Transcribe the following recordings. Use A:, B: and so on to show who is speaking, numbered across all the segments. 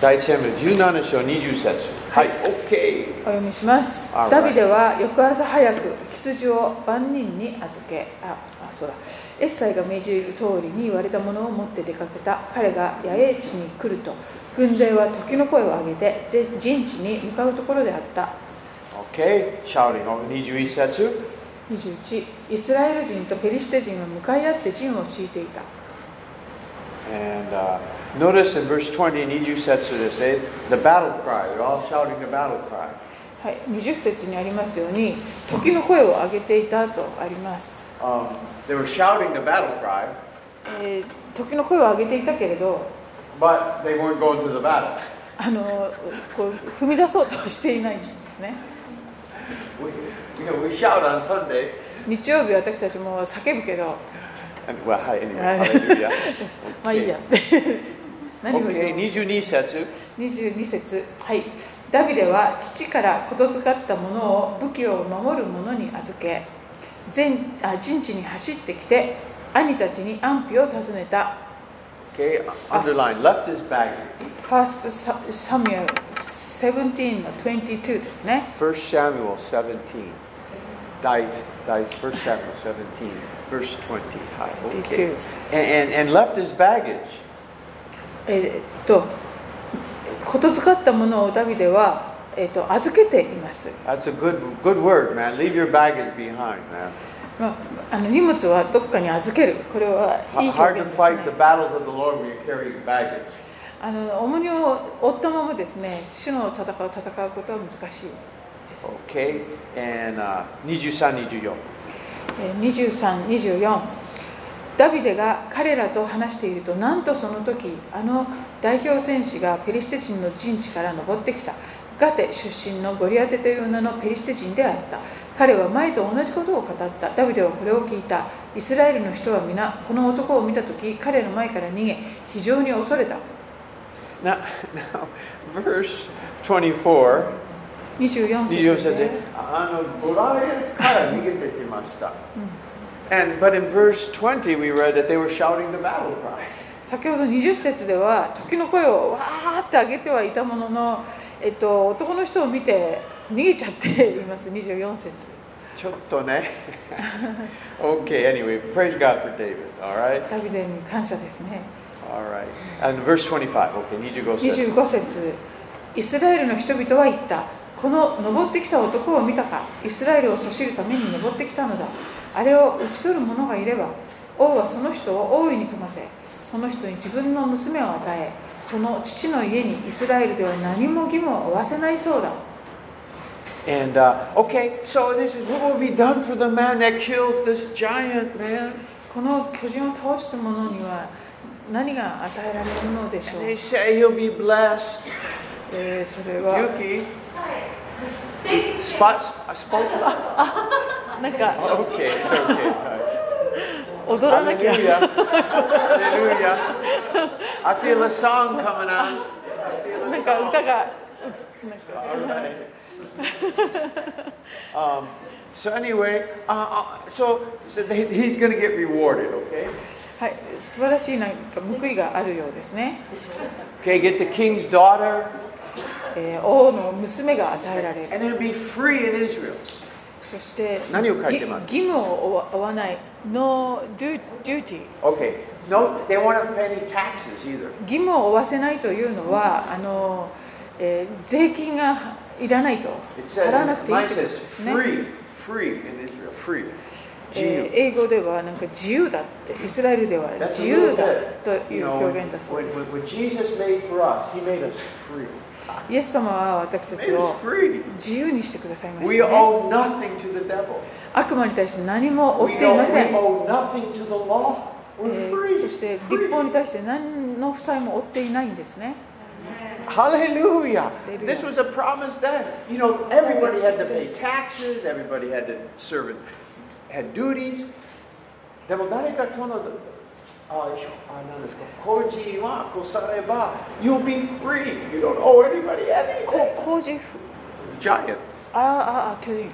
A: 第一生命17章20節はい OK
B: お読みします、
A: Alright.
B: ダビデは翌朝早く羊を万人に預けああそうだエッサイが命じる通りに言われたものを持って出かけた彼が野営地に来ると軍勢は時の声を上げてぜ陣地に向かうところであった
A: OK shouting oh, 21節
B: 21イスラエル人とペリシテ人は向かい合って陣を敷いていた
A: And uh, notice in verse 20 and 20節 they say the battle cry. They're all shouting the battle cry.
B: はい、20節にありますように時の声を上げていたとあります、
A: Um, they were shouting the battle cry,
B: えー時の声を上げていたけれど
A: but they weren't going to the battle.
B: あのこう踏み出そうとはしていないんですね
A: We, you know, we shout on Sunday.
B: 日曜日私たちも叫ぶけど
A: And, well, hi, anyway,
B: Right.
A: hallelujah.
B: まあいいや何を
A: Okay,
B: 言うの
A: 22節
B: 22節はいダビデは父から言づかったものを武器を守る者に預け全あ陣地に走ってきて兄たちに安否を尋ねた
A: Okay, underline. Left is baggage.
B: ファーストサムエル17の22ですね
A: First Samuel 17. Dice, dice. First Samuel 17, verse 20. Hi, okay.
B: Twenty-two.
A: And, and, and left is baggage.
B: えーっと言づかったものをダビデは、えーっと預けています、
A: That's a good good word, man. Leave your baggage behind, man.
B: まあ、あの荷物はどっかに預けるこれは
A: H-
B: いい
A: hard
B: 表
A: to
B: 現です、
A: fight the
B: ね、
A: battles of the Lord when you're carrying baggage.
B: あの重荷を負ったままですね主の戦う戦うことは難しいです
A: Okay, and uh, 23, 24.
B: 2324ダビデが彼らと話しているとなんとその時あの代表戦士がペリシテ人の陣地から登ってきたガテ出身のゴリアテという名のペリシテ人であった彼は前と同じことを語ったダビデはこれを聞いたイスラエルの人は皆この男を見た時彼の前から逃げ非常に恐れた
A: Now, now, verse 24.
B: 24節で
A: 24節、あの、ゴラエから逃げてきました。And Mm-hmm. but in verse 20 we read that they were shouting the battle cry.
B: 先ほど20節では時の声をわーって上げてはいたものの、えっと、男の人を見て逃げちゃっています24節
A: ちょっとね。okay, anyway, praise God for David. All right,
B: ダビデに感謝ですね
A: all right. And verse 25. Okay, 25節。
B: 25節イスラエルの人々は言ったこの登ってきた男を見たかイスラエルをそしるために登ってきたのだあれを討ち取る者がいれば王はその人を大いに富ませその人に自分の娘を与えその父の家にイスラエルでは何も義務を負わせないそうだ
A: And uh, okay, so this is what will be done for the man that kills this giant man.
B: この巨人を倒した者には何が与えられるのでしょ
A: And
B: う
A: they、say he'll be blessed.
B: えーそれは
A: Yuki. Spots. I spoke.
B: なんか
A: Okay, it's okay.
B: 踊らなきゃ
A: Hallelujah. Hallelujah. I feel a song coming on. I feel
B: なん
A: a
B: か
A: song.
B: 歌が
A: All right. Um, so anyway, uh, uh, so, so they, he's going to get rewarded, okay?
B: はい素晴らしいなんか報いがあるようですね、
A: Okay, get the king's daughter,
B: えー王の娘が与えられる
A: and he'll be free in Israel.
B: そして
A: 何を書い
B: ぎ
A: てます
B: 義務を負わない No duty
A: Okay. No, they won't have to pay any taxes either.
B: 義務を負わせないというのはあの、えー税金がいらないと
A: It
B: 払わな
A: says,
B: くていい
A: mine
B: と
A: says
B: いうことですね
A: free, free in Israel, free.
B: え
A: Gee,
B: ー英語ではなんか自由だってイスラエルでは
A: That's a
B: 自由
A: little
B: だ
A: bit.
B: と
A: You
B: いう
A: know,
B: 表現だそう
A: when,
B: で
A: when, when Jesus made for us, He made us free.
B: すイエス様は私たち
A: Made
B: を
A: us free.
B: 自由にしてくださいまし
A: We
B: た、ね、
A: owe nothing to the devil.
B: 悪魔に対して何も負っ
A: We
B: てい
A: owe,
B: ません
A: we、owe nothing to the law.
B: え
A: We're
B: ー
A: free.
B: そして立
A: free.
B: 法に対して何の負債も負っていないんですね
A: Hallelujah.
B: Hallelujah.
A: This was a promise then. You know, everybody had to pay taxes, everybody had to serve in, had duties. でも誰かとの、あ、あ、なんですか、工事はこうされば、you'll be free. You don't owe anybody
B: こ
A: anything.
B: 工事
A: Giant.
B: あーあーあー巨人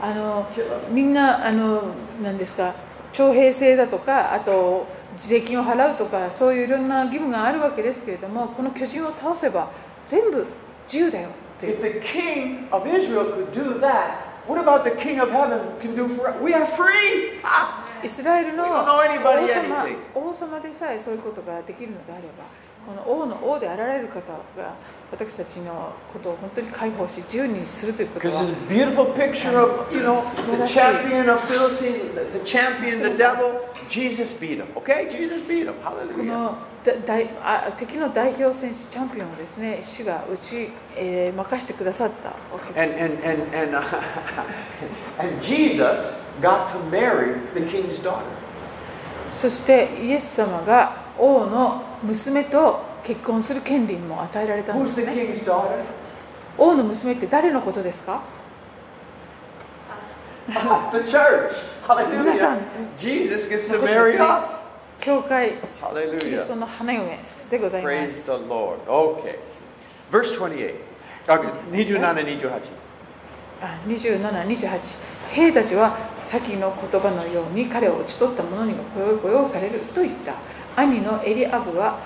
B: あのみんなあのなんですか徴兵制だとかあと税金を払うとかそういういろんな義務があるわけですけれどもこの巨人を倒せば全部自由だよという
C: If the king of Israel could do that, what about the king of heaven can do for us? We are free! Ah!
B: イスラエルの
C: We
B: 王
C: don't know anybody
B: 様
C: anything.
B: 王様でさえそういうことができるのであればこの王の王であられる方が私たちのことを本当に解放し自由にするということ
C: Because
B: は
C: this beautiful picture of, you know, the champion of Philistine, the, the champion, the devil, Jesus beat him. Okay? Jesus beat him.
B: こ
C: Hallelujah.
B: のだ大あ敵の代表選手チャンピオンをですね主が打ち、えー任してくださったわけ
C: And
B: です
C: and and and uh, and Jesus got to marry the king's daughter.
B: そしてイエス様が王の娘と結婚する権利も与えられたんで
C: Who's
B: す
C: the
B: ね
C: king's daughter?
B: 王の娘って誰のことですか
C: Us, the church. Hallelujah.
B: 皆さん。
C: Jesus gets to marry us.
B: 教会キ
C: Hallelujah.
B: リストの花嫁でございます
A: Praise the Lord. Okay. Verse 28. Okay. 27,
B: あ2728兵たちは先の言葉のように彼を討ち取った者にもこよいこよされると言った兄のエリアブは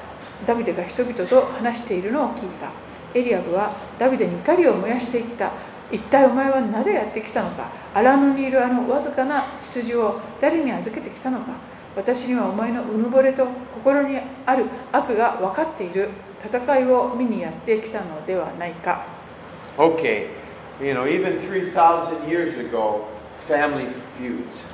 B: ダビデが人々と話しているのを聞いたエリアブはダビデに怒りを燃やしていった一体お前はなぜやってきたのか荒野にいるあのわずかな羊を誰に預けてきたのか私にはお前のうぬぼれと心にある悪が分かっている戦いを見にやってきたのではないか
A: 28. Okay. You know, even 3,000 years ago, family feuds.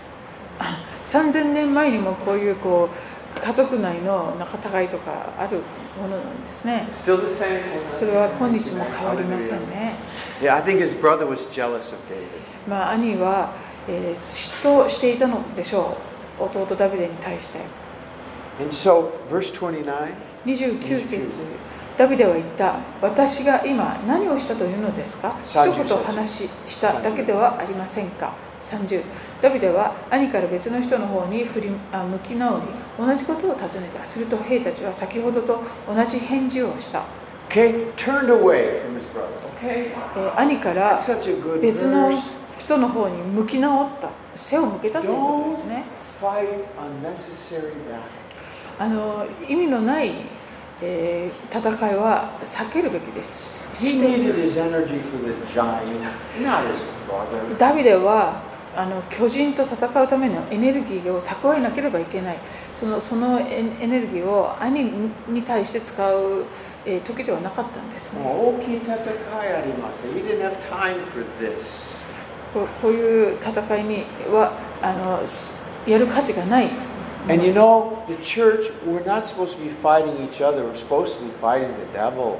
B: 3000年前にもこういうこう家族内の仲違いとかあるものなんですね
A: Still the same.
B: それは今日も変わりませんね
A: Yeah, I think his brother was jealous of David.
B: まあ兄は、えー嫉妬していたのでしょう弟ダビデに対して
A: And so, verse 29.
B: 29節ダビデは言った私が今何をしたというのですか一
A: 30
B: 言話ししただけではありませんか30ダビデは兄から別の人の方に振りあ向き直り同じことを尋ねたすると兵たちは先ほどと同じ返事をした、
A: Okay, turned away from his brother. Okay,
B: えー兄から
A: that's such a good
B: 別の
A: verse.
B: 人の方に向き直った背を向けたということですね
A: Don't fight unnecessary battles.
B: あの意味のない、えー戦いは避けるべきです
A: He needed his energy for the giant, not his brother.
B: ダビデはあの巨人と戦うためのエネルギーを蓄えなければいけないそのそのエエネルギーを兄に対して使う、えー時ではなかったんですね
A: He didn't have time for this.
B: こうこういう戦いにはあのすやる価値がない
A: And you know, the church, we're not supposed to be fighting each other. We're supposed to be fighting the devil.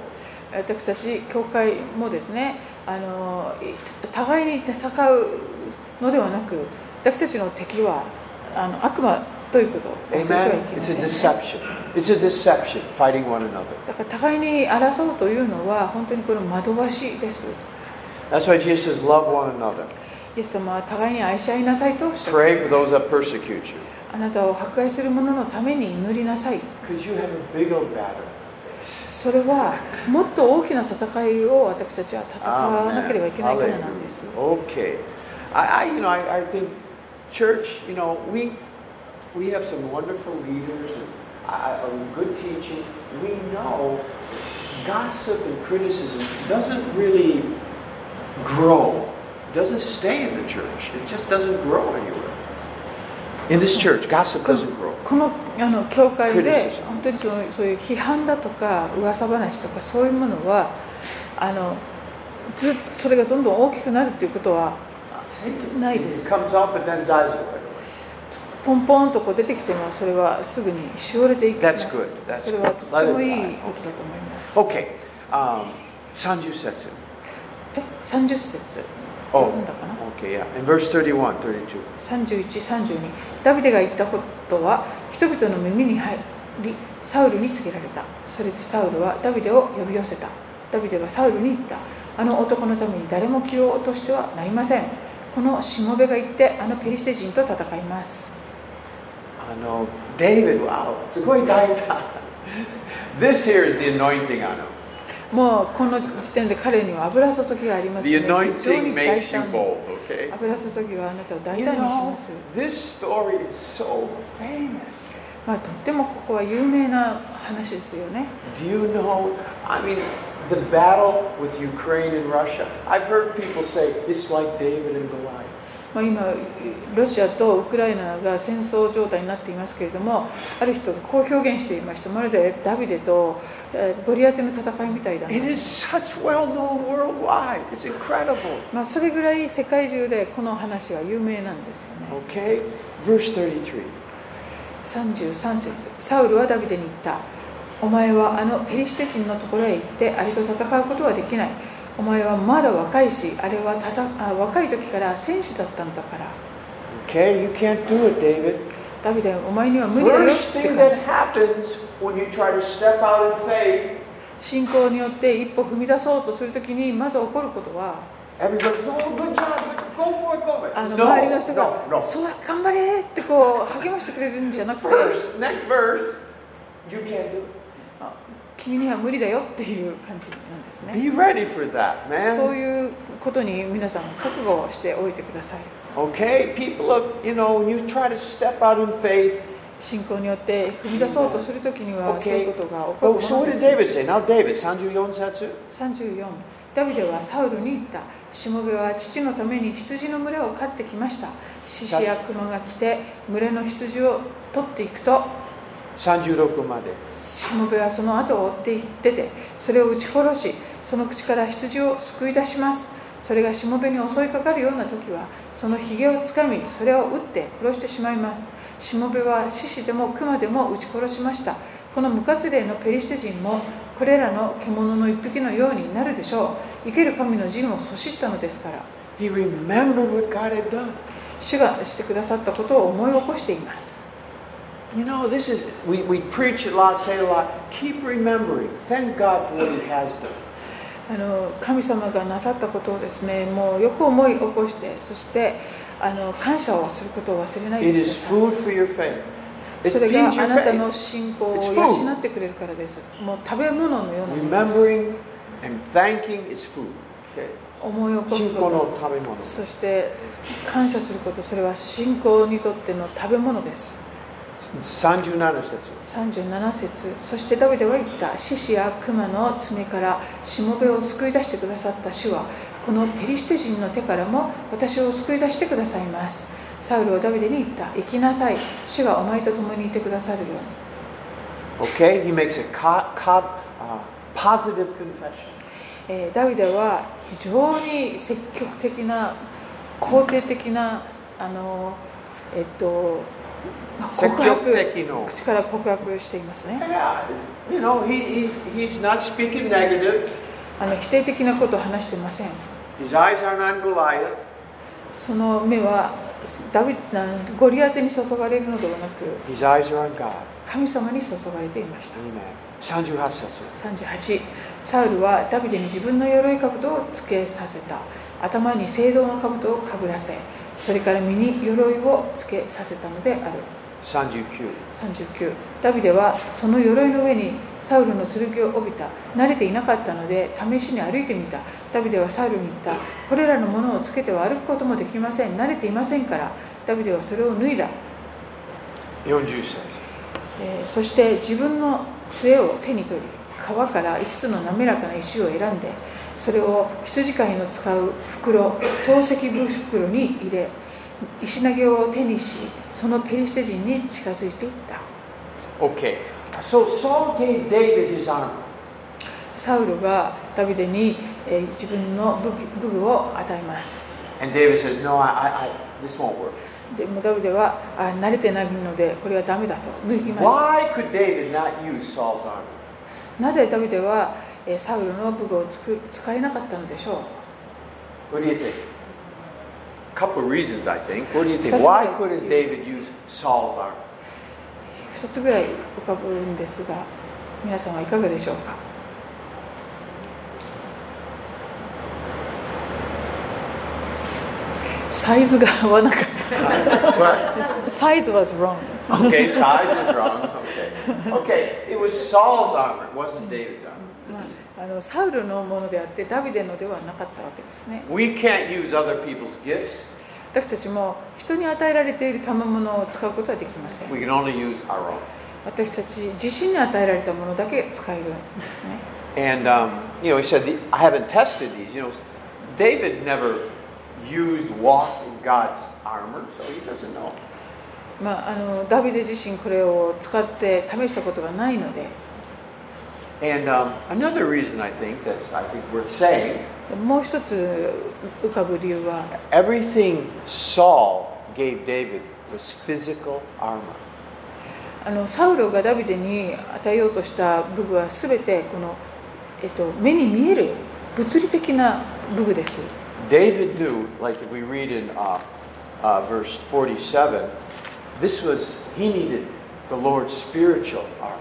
B: 私たち教会もですねあのい互いに戦うのではなく私たちの敵はあの悪魔ということを忘れてはい
A: Amen?
B: けま
A: It's
B: せ
A: a
B: んね、
A: deception. It's a deception, fighting one another.
B: だから互いに争うというのは本当にこれ惑わしいです
A: That's why Jesus says, love one another.
B: イエス様は互いに愛し合いなさいとおっしゃった
A: Pray for those that persecute you.
B: あなたを迫害する者のために祈りなさい
A: Because you have a big old battle to face.
B: それはもっと大きな戦いを私たちは戦わなければいけないからなんです
A: Hallelujah. Okay. I, I you know, I, I think church, you know, we we have some wonderful leaders and I, I- of good teaching. We know gossip and criticism doesn't really grow. Doesn't stay in the church. It just doesn't grow anywhere. In this church, gossip doesn't grow.
B: このあの教会で
A: Criticism.
B: 本当にそのそういう批判だとか噂話とかそういうものはあのずそれがどんどん大きくなるっていうことは
A: It comes up and then dies away.
B: ポンポンとこう出てきてもそれはすぐにしおれていきます
A: That's good. That's
B: それはとってもい
A: good.
B: いことだと思います
A: Okay. Um, Sanju Setsu.
B: え30節
A: Oh,
B: なんだかな
A: okay, yeah. And verse 31, 32.
B: 3132ダビデが言ったことは人々の耳に入りサウルに告げられたそれでサウルはダビデを呼び寄せたダビデはサウルに言ったあの男のために誰も気を落としてはなりませんこのしもべが言ってあのペリシテ人と戦います
A: I know. David, wow. It's a great guy. This here is the anointing on him.
B: もうこの時点で彼には油注ぎがあります
A: The
B: ね非常
A: anointing
B: に大
A: makes you
B: 胆に
A: bold, okay?
B: 油注ぎはあなたを大胆
A: You
B: にしま
A: know,
B: す
A: this story is so famous.
B: まあ、とってもここは有名な話ですよね。
A: Do you know? I mean, the battle with Ukraine and Russia. I've heard people say it's like David and Goliath.
B: まあ、今、ロシアとウクライナが戦争状態になっていますけれども、ある人がこう表現していました、まるでダビデとえーゴリアテの戦いみたいだ
A: It
B: ね、
A: is such well known worldwide. It's incredible.
B: まあ、それぐらい世界中でこの話は有名なんですよね。
A: Okay? Verse 33.
B: 33節サウルはダビデに言ったお前はあのペリシテ人のところへ行ってあれと戦うことはできないお前はまだ若いしあれはたたあ若い時から戦士だったんだから
A: Okay, you can't do it, David.
B: ダビデお前には無理だよ
A: First
B: って
A: thing
B: 感
A: that
B: じ
A: happens when you try to step out in faith,
B: 信仰によって一歩踏み出そうとするときにまず起こることは
A: everybody's, oh, good job, good- go for it, go for it.
B: あの
A: Ah, No,
B: 周りの人
A: no,
B: が
A: no.
B: そう頑張れってこう励ましてくれるんじゃなくて
A: First, next verse, you can't do it.
B: あ君には無理だよっていう感じなんですね
A: Be ready for that,
B: そ
A: man.
B: ういうことに皆さん覚悟をしておいてください
A: Okay, people of, you know, when you try to step out in faith,
B: 信仰によって踏み出そうとするときには
A: Okay.
B: そういうことが起
A: oh, so
B: こる
A: what
B: もの
A: did
B: で
A: David
B: す
A: say? Now, David, Sanju Satsu?
B: 34ダビデはサウルに言ったしもべは父のために羊の群れを飼ってきました獅子や熊が来て群れの羊を取っていくと
A: 36まで。
B: しもべはその後を追っていっててそれを撃ち殺しその口から羊を救い出しますそれがしもべに襲いかかるような時はそのひげをつかみそれを撃って殺してしまいますしもべは獅子でも熊でも撃ち殺しましたこの無活霊のペリシテ人もこれらの獣の一匹のようになるでしょう生ける神の陣をそしったのですから
A: He remembered what God had done.
B: 主がしてくださったことを思い起こしています
A: You know, this is, we, we preach a lot, say a lot. Keep remembering. Thank God for what He has done.
B: あの神様がなさったことをですねもうよく思い起こしてそしてあの感謝をすることを忘れないで
A: It
B: くだ
A: is
B: さい
A: food for your faith. It
B: それ
A: feeds
B: があ
A: your
B: なたの
A: faith.
B: 信仰を
A: It's
B: 養
A: food.
B: ってくれるからですもう食べ物のようなものです
A: Remembering and thanking is food. Okay.
B: 思い起こす
A: 信仰
B: こと
A: の食べ物。
B: そして感謝することそれは信仰にとっての食べ物です
A: 37節。
B: 37節そしてダビデは言った獅子や熊の爪からしもべを救い出してくださった主はこのペリシテ人の手からも私を救い出してくださいますサウルはダビデに言った行きなさい主がお前と共にいてくださるように
A: Okay, he makes a co- co- uh, positive confession.
B: えーダビデは非常に積極的な肯定的なあのえっと告白
A: 積極的の。
B: 口から告白していますね
A: Yeah, you know, he, he, he's not speaking negative.
B: あの否定的なことを話してません
A: His eyes aren't on Goliath.
B: その目はダビあのゴリアテに注がれるのではなく
A: His eyes are on God.
B: 神様に注がれていました
A: Amen. 38節。
B: 38サウルはダビデに自分の鎧兜をつけさせた頭に聖堂の兜をかぶらせそれから身に鎧をつけさせたのである
A: 39。
B: 39ダビデはその鎧の上にサウルの剣を帯びた慣れていなかったので試しに歩いてみたダビデはサウルに言ったこれらのものをつけては歩くこともできません慣れていませんからダビデはそれを脱いだ
A: 40節。
B: えーそして自分の杖を手に取り川から5つの滑らかな石を選んでそれを羊飼いの使う袋透石袋に入れ石投げを手にしそのペリシテ人に近づいていった
A: Okay. So Saul gave David his armor.
B: サウルがダビデに、えー自分の武器武具を与えます
A: And David says, No, I, I, I this won't work.
B: でもうダビデはあ慣れてないのでこれはダメだと脱ぎま
A: Why could David not use Saul's armor?
B: すなぜダビデは、えーサウルの武具をつく使えなかったのでしょ
A: What do you think? Couple reasons, I think. What do you think?
B: That's
A: Why
B: right.
A: couldn't David use Saul's armor?
B: う2つぐらい浮かぶんですが皆さんはいかがでしょうかサイズが合わなかっ
A: What?
B: たですサイズ was wrong
A: Okay, size was wrong. Okay. Okay, it was Saul's armor, it wasn't David's armor.
B: まあ、あのサウルのものであってダビデのではなかったわけですね
A: We can't use other people's gifts.
B: 私たちも人に与えられている賜物を使うことはできません
A: We can only use our own.
B: 私たち自身に与えられたものだけ使えるんですね。
A: And, um, you know, he said, "The- I haven't tested these. You know, David never used, walked in God's armor, so he doesn't know.
B: まあ、あのダビデ自身これを使って試したことがないので
A: And um, another reason I think that's, I think, worth saying
B: もう一つ浮かぶ理由は
A: everything Saul gave David was physical armor.
B: あのサウロがダビデに与えようとした武具は全てこの、えっと、目に見える物理的な武具です。
A: David knew, like if we read in uh, uh, verse 47, this was, he needed the Lord's spiritual armor.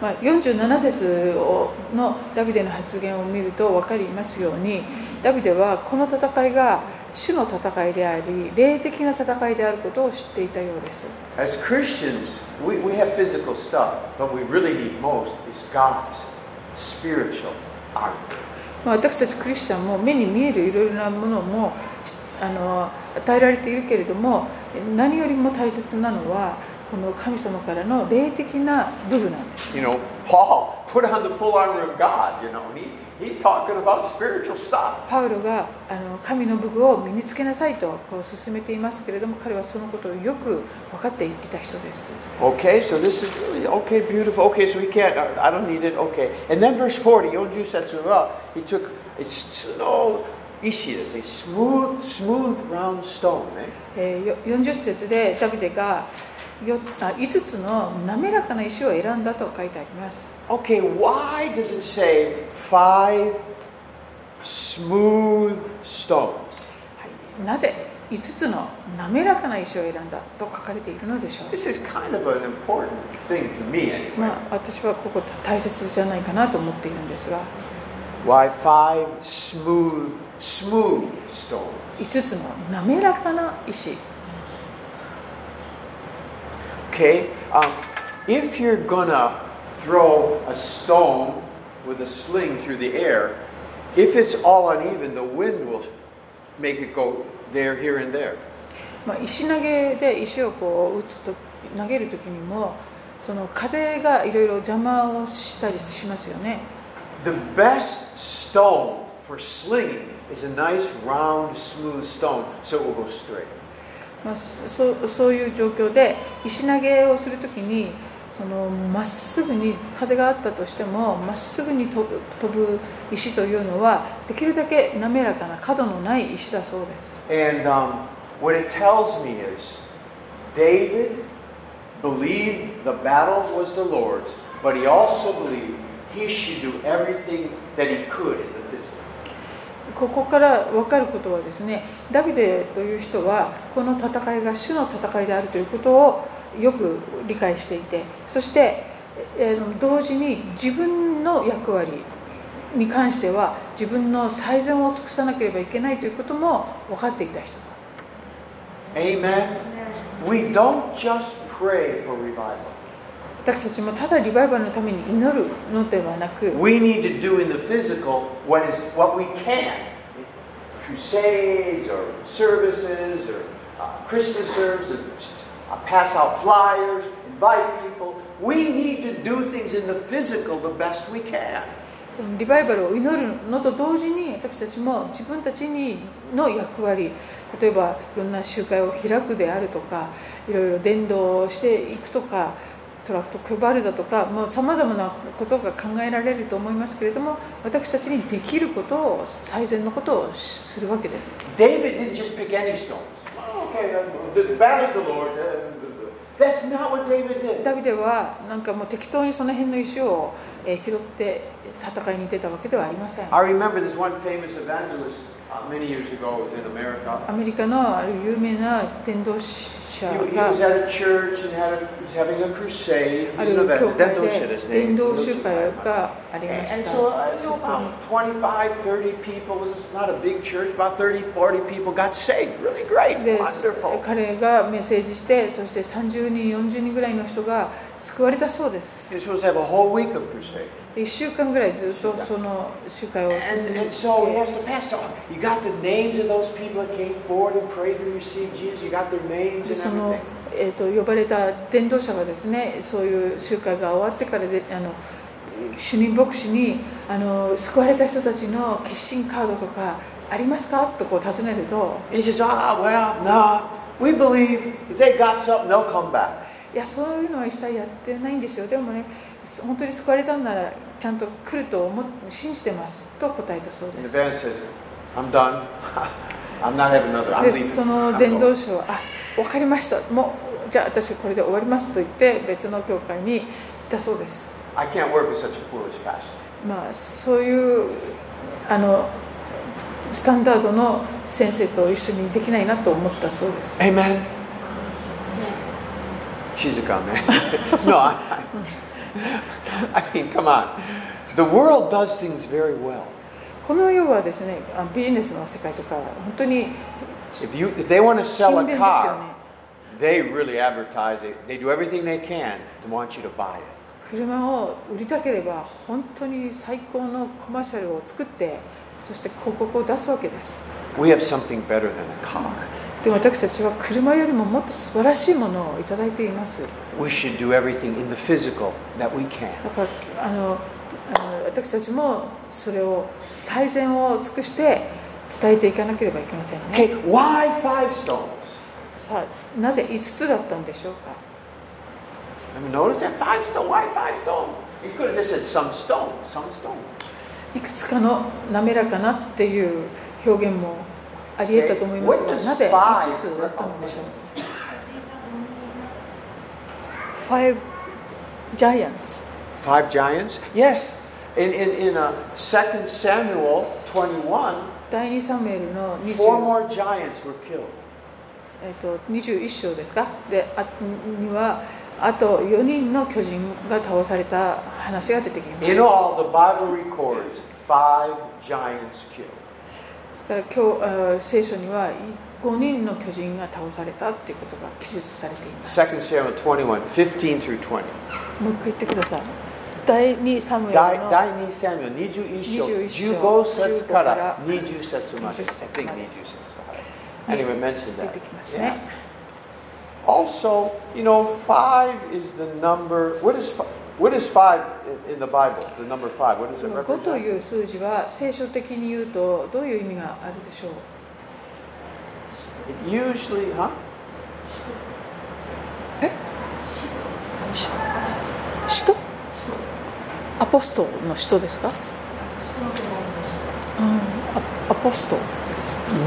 B: まあ、47節をのダビデの発言を見ると分かりますようにダビデはこの戦いが主の戦いであり霊的な戦いであることを知っていたようです
A: As Christians, we, we have physical stuff, but we really need most is God's spiritual armor.
B: まあ、私たちクリスチャンも目に見えるいろいろなものもしあの与えられているけれども何よりも大切なのはこの神様からの霊的な部分なんです
A: You know, Paul put on the full armor of God, you know, and he's, he's talking about spiritual stuff.
B: パウロがあの神の武具を身につけなさいとこう勧めていますけれども彼はそのことをよく分かっていた人です
A: Okay, so this is really, okay, beautiful. Okay, so he can't, I I don't need it. Okay. And then verse 40, Yonju Setsura, he took a snow ishi, this a smooth, smooth round stone, eh?
B: えーよ40節でダビデがよあ5つの滑らかな石を選んだと書いてあります
A: Okay, why does it say five smooth stones?
B: はいなぜ5つの滑らかな石を選んだと書かれているのでしょ
A: This is kind of an important thing to me,
B: う、
A: anyway.
B: まあ、私はここ大切じゃないかなと思っているんですが
A: Why five smooth, smooth stones?
B: 5つの滑らかな石
A: Okay, um, if you're gonna throw a stone with a sling through the air, if it's all uneven, the wind will make it go there, here, and there.
B: まあ、石投げで石をこう打つと投げる時にもその風がいろいろ邪魔をしたりしますよね
A: The best stone for slinging is a nice, round, smooth stone, so it will go straight.
B: まあ、そそういう状況で石投げをするときにそのまっすぐに風があったとしてもまっすぐに飛ぶ飛ぶ石というのはできるだけ滑らかな角のない石だそうです
A: And um, what it tells me is David believed the battle was the Lord's, but he also believed he should do everything that he could in the physical.
B: ここから分かることはですねダビデという人はこの戦いが主の戦いであるということをよく理解していてそして、えー同時に自分の役割に関しては自分の最善を尽くさなければいけないということも分かっていた人
A: Amen. We don't just pray for revival.
B: 私たちもただリバイバルのために祈るのではなく
A: We need to do in the physical what is what we can. Crusades or services or uh, Christmas services, uh, pass out flyers, invite people. We need to do things in the physical the best we can.
B: そのリバイバルを祈るのと同時に私たちも自分たちにの役割例えばいろんな集会を開くであるとかいろいろ伝道をしていくとかトラクト配るだとかさまざまなことが考えられると思いますけれども私たちにできることを最善のことをするわけです
A: David didn't just pick any stones. Oh, okay, uh, the the battle's the Lord's. uh, That's not what David did.
B: ダビデはなんかもう適当にその辺の石をえー拾って戦いに出たわけではありません
A: I remember this one famous evangelist uh, many years ago was in America.
B: アメリカのある有名な伝道者
A: He, he
B: が
A: was at a church and had a, he was having a crusade.
B: あ
A: He's
B: る
A: an
B: 教
A: evangelist. Dendosha,
B: 会で
A: his name.
B: 伝道
A: Dendosha.
B: 集会がありま
A: And,
B: し
A: and
B: た
A: so I don't know, about 25, 30 people, it was not a big church, about 30, 40 people got saved. Really great,
B: で
A: wonderful.
B: 彼がメッセージしてそして30人40人ぐらいの人が救われたそうです
A: You're supposed to have a whole week of crusade.
B: 1週間ぐらいずっとその集会を
A: And,
B: 続け
A: and so he
B: て
A: asked the pastor, "Oh, you got the names of those people that came forward and prayed to receive Jesus? You got their names
B: で
A: and
B: その
A: everything?、
B: えー、と呼ばれた伝道者がですねそういう集会が終わってからであの主任牧師にあの救われた人たちの決心カードとかありますかとこう尋ねると
A: And he says, ah, well, no. We believe if they got something, they'll come back.
B: いやそういうのは一切やってないんですよでもね本当に救われたんならちゃんと来ると思っ信じてますと答えたそう
A: And
B: で
A: the
B: す
A: evangelist says, I'm done. I'm not having another. I'm
B: で
A: leaving.
B: その
A: I'm
B: 伝
A: going."
B: 道師は「あ分かりましたもうじゃあ私これで終わります」と言って別の教会に行ったそうです
A: I can't work with such a foolish pastor.
B: まあそういうあのスタンダードの先生と一緒にできないなと思ったそうです
A: Amen. She's a comment. no, I, I, I mean, come on. The world does things very well.
B: この世はですねあビジネスの世界とか本当に
A: If you, if they want to
B: 勤
A: sell
B: 勉で
A: a
B: すよね
A: car, they really advertise it. They do everything they can to want you to buy it.
B: 車を売りたければ本当に最高のコマーシャルを作ってそして広告を出すわけです
A: We have something better than a car.
B: でも私たちは車よりももっと素晴らしいものをいただいています
A: We should do everything in the physical that we can.
B: だからあのあの私たちもそれを最善を尽くして伝えていかなければいけませんね
A: Okay, why five stones?
B: さあなぜ5つだったんでしょうか
A: I mean, notice that five stone. Why five stone? You could have just said some stone, some stone.
B: いくつかの滑らかなっていう表現もあり得たと思います
A: Okay.
B: が
A: What does
B: なぜ
A: five
B: 5つだったのでしょう ?5 ジャイアンツ
A: Five giants? Yes. In, in, in uh, 2 Samuel 21,
B: 第2サムエルの
A: four
B: 20
A: more giants were killed.
B: えっと21章ですかであにはあと4人の巨人が倒された話が出てきます
A: In
B: で
A: all, the Bible records five giants killed.
B: すから今日あー聖書には5人の巨人が倒されたっていうことが記述されています
A: 2 Samuel 21, 15 through 20.
B: もう一回言ってください第2サムエルの
A: Dai- 第2 Samuel 21章
B: 21
A: 15節から
B: から
A: 20節まで。I
B: 20節まで
A: think 20節。はい Anyway, mention
B: 出
A: that.
B: てきます
A: Yeah.
B: ね、
A: Also, you know, five is the number. What is five, what is five in, in the Bible? The number five. What does
B: こ
A: it
B: の5と
A: represent?
B: いう数字は聖書的に言うとどういう意味があるでしょう
A: It usually, huh?
B: 使徒アポストルの使徒ですか、うん、アアポストル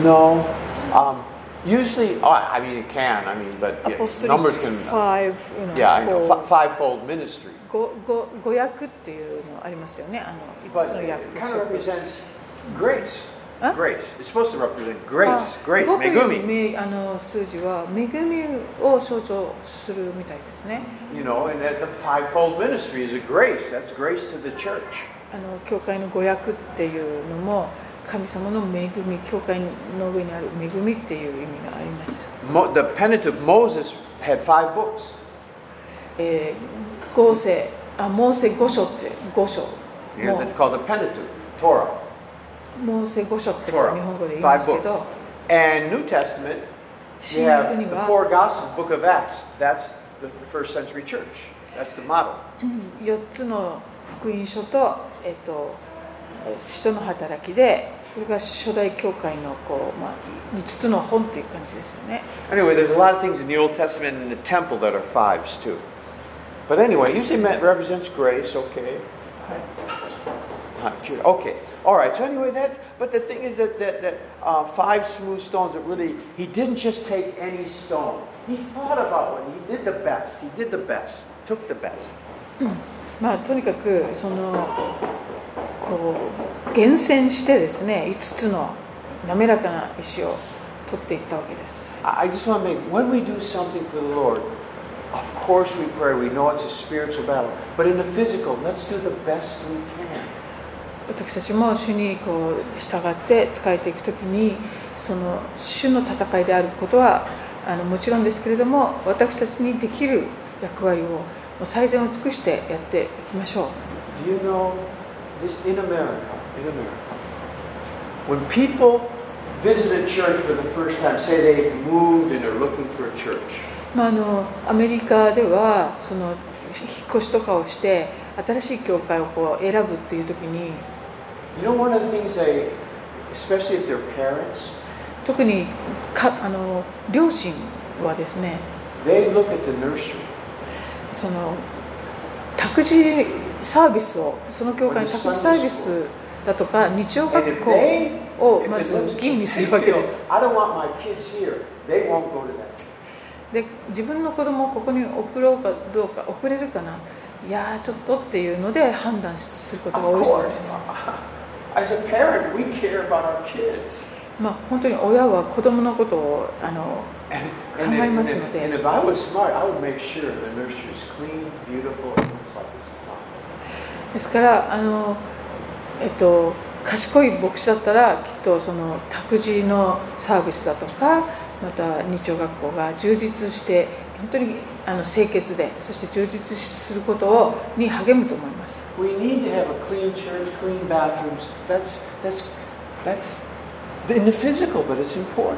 A: No. Um, usually, oh, I mean, it can. I mean, but
B: ア
A: yeah,
B: ポストル
A: numbers can.
B: 5 you know,
A: Yeah, I know.
B: for-
A: F- fivefold ministry.
B: ごご五役っていうのありますよねあの
A: But
B: 5つの
A: it
B: 役
A: kind of represents grace.
B: Huh? Ah,
A: Grace. It's supposed to represent
B: あ
A: grace. Grace.
B: 5という
A: Megumi.
B: めあの数字は恵みを象徴するみたいですね
A: You know, and that the fivefold ministry is a grace. That's grace to the church.
B: あの教会の御役っていうのも神様の恵み教会の上にある恵みっていう意味があります、
A: Mo- the penitent Moses had five books.
B: えー、合成あモーセ五書って五書
A: You
B: も
A: know, that's called the Pentateuch, Torah,
B: うモーセ五書って日
A: Torah,
B: 本語で言いま
A: five
B: すけ
A: books.
B: ど
A: And New Testament,
B: 新
A: you
B: 約に
A: have the
B: は
A: four Gospels, Book of Acts. That's the first century church. That's the model.
B: 4つの福音書と,、えっとえー使徒の働きでこれが初代教会のこう、まあ、5つの本っていう感じですよね
A: Anyway, there's a lot of things in the Old Testament and in the temple that are fives too. But anyway, usually it represents grace, okay? Huh, sure, Okay, all right. So anyway, that's. But the thing is that that, that uh, five smooth stones. That really, he didn't just take any stone. He thought about one. He did the best. He did the best. Took the best.
B: まあ、とにかくそのこう厳選してですね5つの滑らかな石を取っていったわけです
A: I I just want to make when we do something for the Lord. Of course, we pray. We know it's a spiritual battle. But in the physical, let's do the best we can.
B: 私たちも主にこう従って仕えていくときにその主の戦いであることはあのもちろんですけれども私たちにできる役割をもう最善を尽くしてやっていきましょう
A: Do you know this in America? In America, when people visit a church for the first time, say they moved and are looking for a church,
B: まあ、あのアメリカではその引っ越しとかをして新しい教会をこう選ぶっていう時に
A: you know one of the things they, especially if they're parents,
B: 特にかあの両親はですね
A: they look at the nursery.
B: その託児サービスをその教会の託児サービスだとか日曜
A: And
B: 学
A: if
B: 校
A: they,
B: を
A: if
B: ま
A: it
B: ず
A: looks,
B: 議員にす
A: they
B: るわけで
A: feel,
B: す
A: I don't want my kids here, they won't go to that church.
B: で自分の子供をここに送ろうかどうか送れるかないやーちょっとっていうので判断すること
A: Of
B: が多いそう
A: course.
B: です
A: As a parent, we care about our kids.
B: まあ本当に親は子供のことをあの
A: And,
B: Come
A: and,
B: on,
A: if, and, if,
B: Masuda.
A: and if I was smart, I would make sure the nursery is clean, beautiful, and looks like it's a flower.
B: ですからあの、えっと、賢い牧師だったらきっとその託児のサービスだとかまた日曜学校が充実して本当にあの清潔でそして充実することをに励むと思います
A: We need to have a clean church, clean bathrooms. That's that's that's in the physical, but it's important.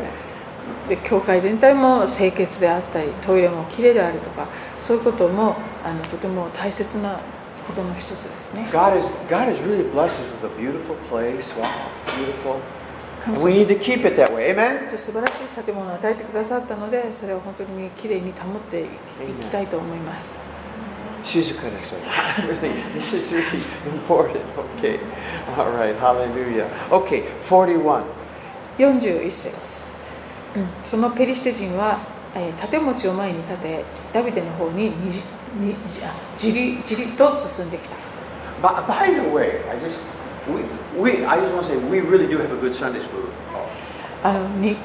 B: で教会全体も清潔であったりトイレもきれいであるとかそういうこともあのとても大切なことの一つですね
A: God is God is really blessed us with a beautiful place. Wow, beautiful.
B: 神
A: And
B: 様
A: we need to keep it that way. Amen.
B: 素晴らしい建物を与えてくださったのでそれを本当にきれいに保っていきたいと思います
A: She's a good answer. really, this is really important. Okay. All right. Hallelujah. Okay. Forty-one.
B: 41節、うんそのペリシテ人は、えー盾持ちを前に立てダビデの方ににじにじあじりじりと進んできた
A: By, by the way, I just we, we I just want to say we really do have a good Sunday school.
B: あのに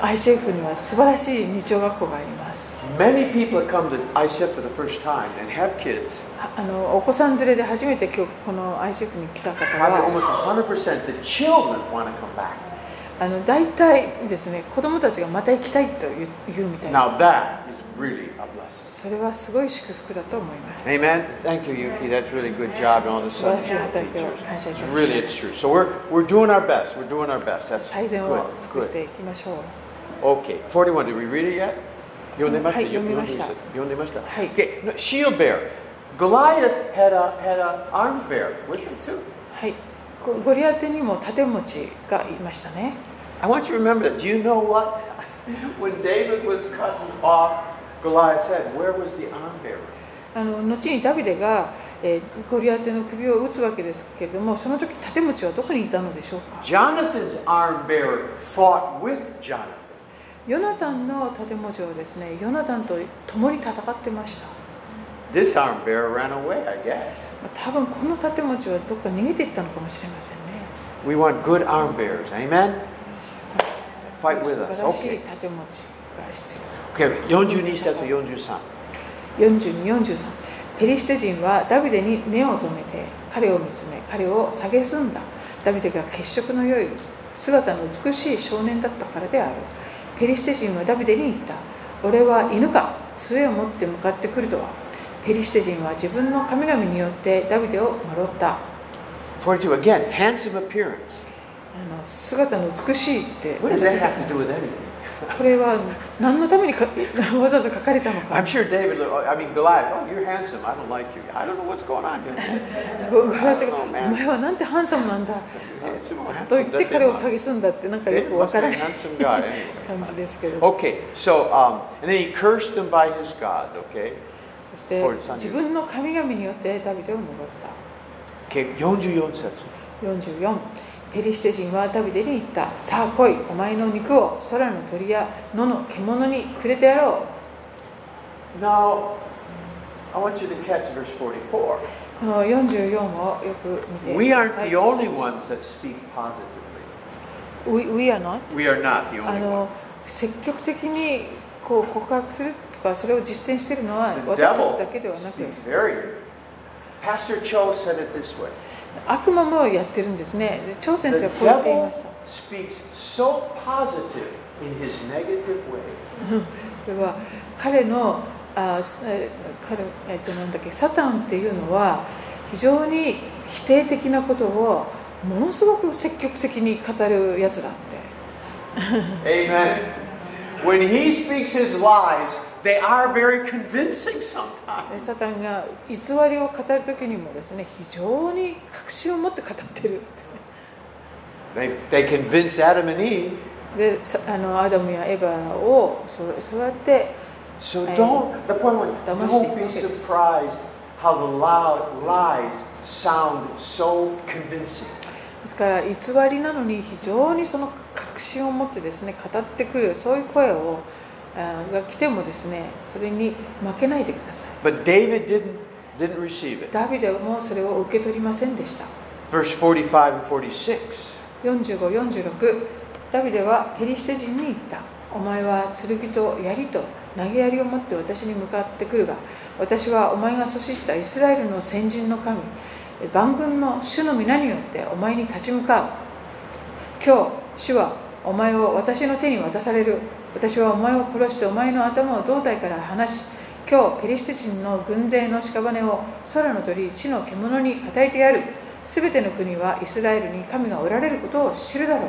B: ICF には素晴らしい日曜学校があります
A: Many people have come to ICF for the first time and have kids.
B: はあのお子さん連れで初めて今日この ICF に来た方
A: Probably
B: は
A: almost 100% the children want to come back.
B: あの大体ですね子供たちがまた行きたいと言う言うみたい
A: Now
B: で
A: that is really a blessing.
B: すそれはすごい祝福だと思います
A: Amen. Thank you, Yuki. That's really good job and all the
B: 素晴
A: Sunday
B: らしい
A: school
B: 働きを
A: teachers.
B: 感謝い
A: It's
B: たします
A: really it's true. So we're we're doing our best. We're doing our best. That's
B: 最善を
A: good.
B: 尽く
A: Good.
B: していきましょう
A: Okay. 41. Did we read it yet? 読んでました?
B: はい、読みました。
A: 読んでました。
B: はい。
A: Okay. No, shield bearer. Goliath had a had a arms bearer with him too.
B: はい、ゴゴリアテにも盾持ちがいましたね
A: I want you to remember that. Do you know what? When David was cutting off Goliath's head, where was the arm bearer?
B: あの後にダビデが、えーゴリアテの首を打つわけですけれどもその時盾持ちはどこにいたのでしょうか
A: Jonathan's arm bearer fought with Jonathan.
B: ヨナタンの盾持ちはですねヨナタンと共に戦ってました
A: This arm bearer ran away, I guess.
B: まあ多分この盾持ちはどっか逃げていったのかもしれませんね
A: We want good arm bearers. Amen. Fight
B: 素
A: with
B: 晴
A: us.
B: らしい
A: Okay.
B: 盾持ちが必要
A: Okay. 42節43
B: 4243ペリシテ人はダビデに目を留めて彼を見つめ彼を蔑んだダビデが血色の良い姿の美しい少年だったからであるペリシテ人はダビデに言った俺は犬か杖を持って向かってくるとはペリシテ人は自分の神々によってダビデを呪ったあ
A: 42. Again, handsome appearance.
B: の姿の美しいって
A: What does that have to do with anything?
B: これは何のためにかわざわざ書かれたのか
A: I'm sure David, I mean Goliath, oh, you're handsome. I don't like you. I don't know what's going on here.
B: ごごめんなさい
A: I don't know, man.
B: お前はなんてハンサムなんだ
A: handsome or
B: と
A: handsome.
B: 言って彼を蔑んだってなんかよ
A: David
B: くわ
A: must be a
B: からない
A: handsome guy anyway.
B: 感じですけど
A: Okay, so, um, and then he cursed them by his gods, okay?
B: そして自分の神々によってダビデを呪っ
A: okay 44節。
B: た44ペリシテ人はダビデに言ったさあ来いお前の肉を空の鳥や野の獣にくれてやろ
A: Now, I want you to catch verse 44.
B: うこの44をよく見て
A: We
B: くだ
A: aren't
B: さい
A: the only ones that speak positively.
B: We, we are not
A: We are not the
B: あ
A: only
B: の
A: ones.
B: 積極的にこう告白するとかそれを実践しているのは
A: The
B: 私たちだけで
A: devil
B: はなく
A: speaks very. Pastor Cho said it this way.
B: 悪魔もやってるんですねで張
A: The
B: 先生はこう言っていま
A: devil
B: した
A: speaks so positive in his negative way.
B: それは彼のあすえー彼、えっとなんだっけサタンっていうのは非常に否定的なことをものすごく積極的に語るやつだって
A: Amen. When he speaks his lies, they are very convincing sometimes.
B: えサタンが偽りを語る時にもですね非常に確信を持って語ってる
A: They, they convinced Adam and Eve.
B: でさあのアダムやエバをそそうやって
A: So
B: And-
A: don't, the point was,
B: Don't
A: don't be
B: see it.
A: surprised how the loud lies sound so convincing.
B: ですから偽りなのに非常にその確信を持ってですね語ってくるそういう声をあが来てもですねそれに負けないでください
A: But David didn't, didn't receive it.
B: ダビデもそれを受け取りませんでした
A: Verse 45 and 46.
B: 4546ダビデはペリシテ人に言ったお前は剣と槍と投げ槍を持って私に向かってくるが私はお前が阻止したイスラエルの先人の神万軍の主の皆によってお前に立ち向かう今日主はお前を私の手に渡される私はお前を殺してお前の頭を胴体から離し今日ペリシテ人の軍勢の屍を空の鳥地の獣に与えてやるすべての国はイスラエルに神がおられることを知るだろう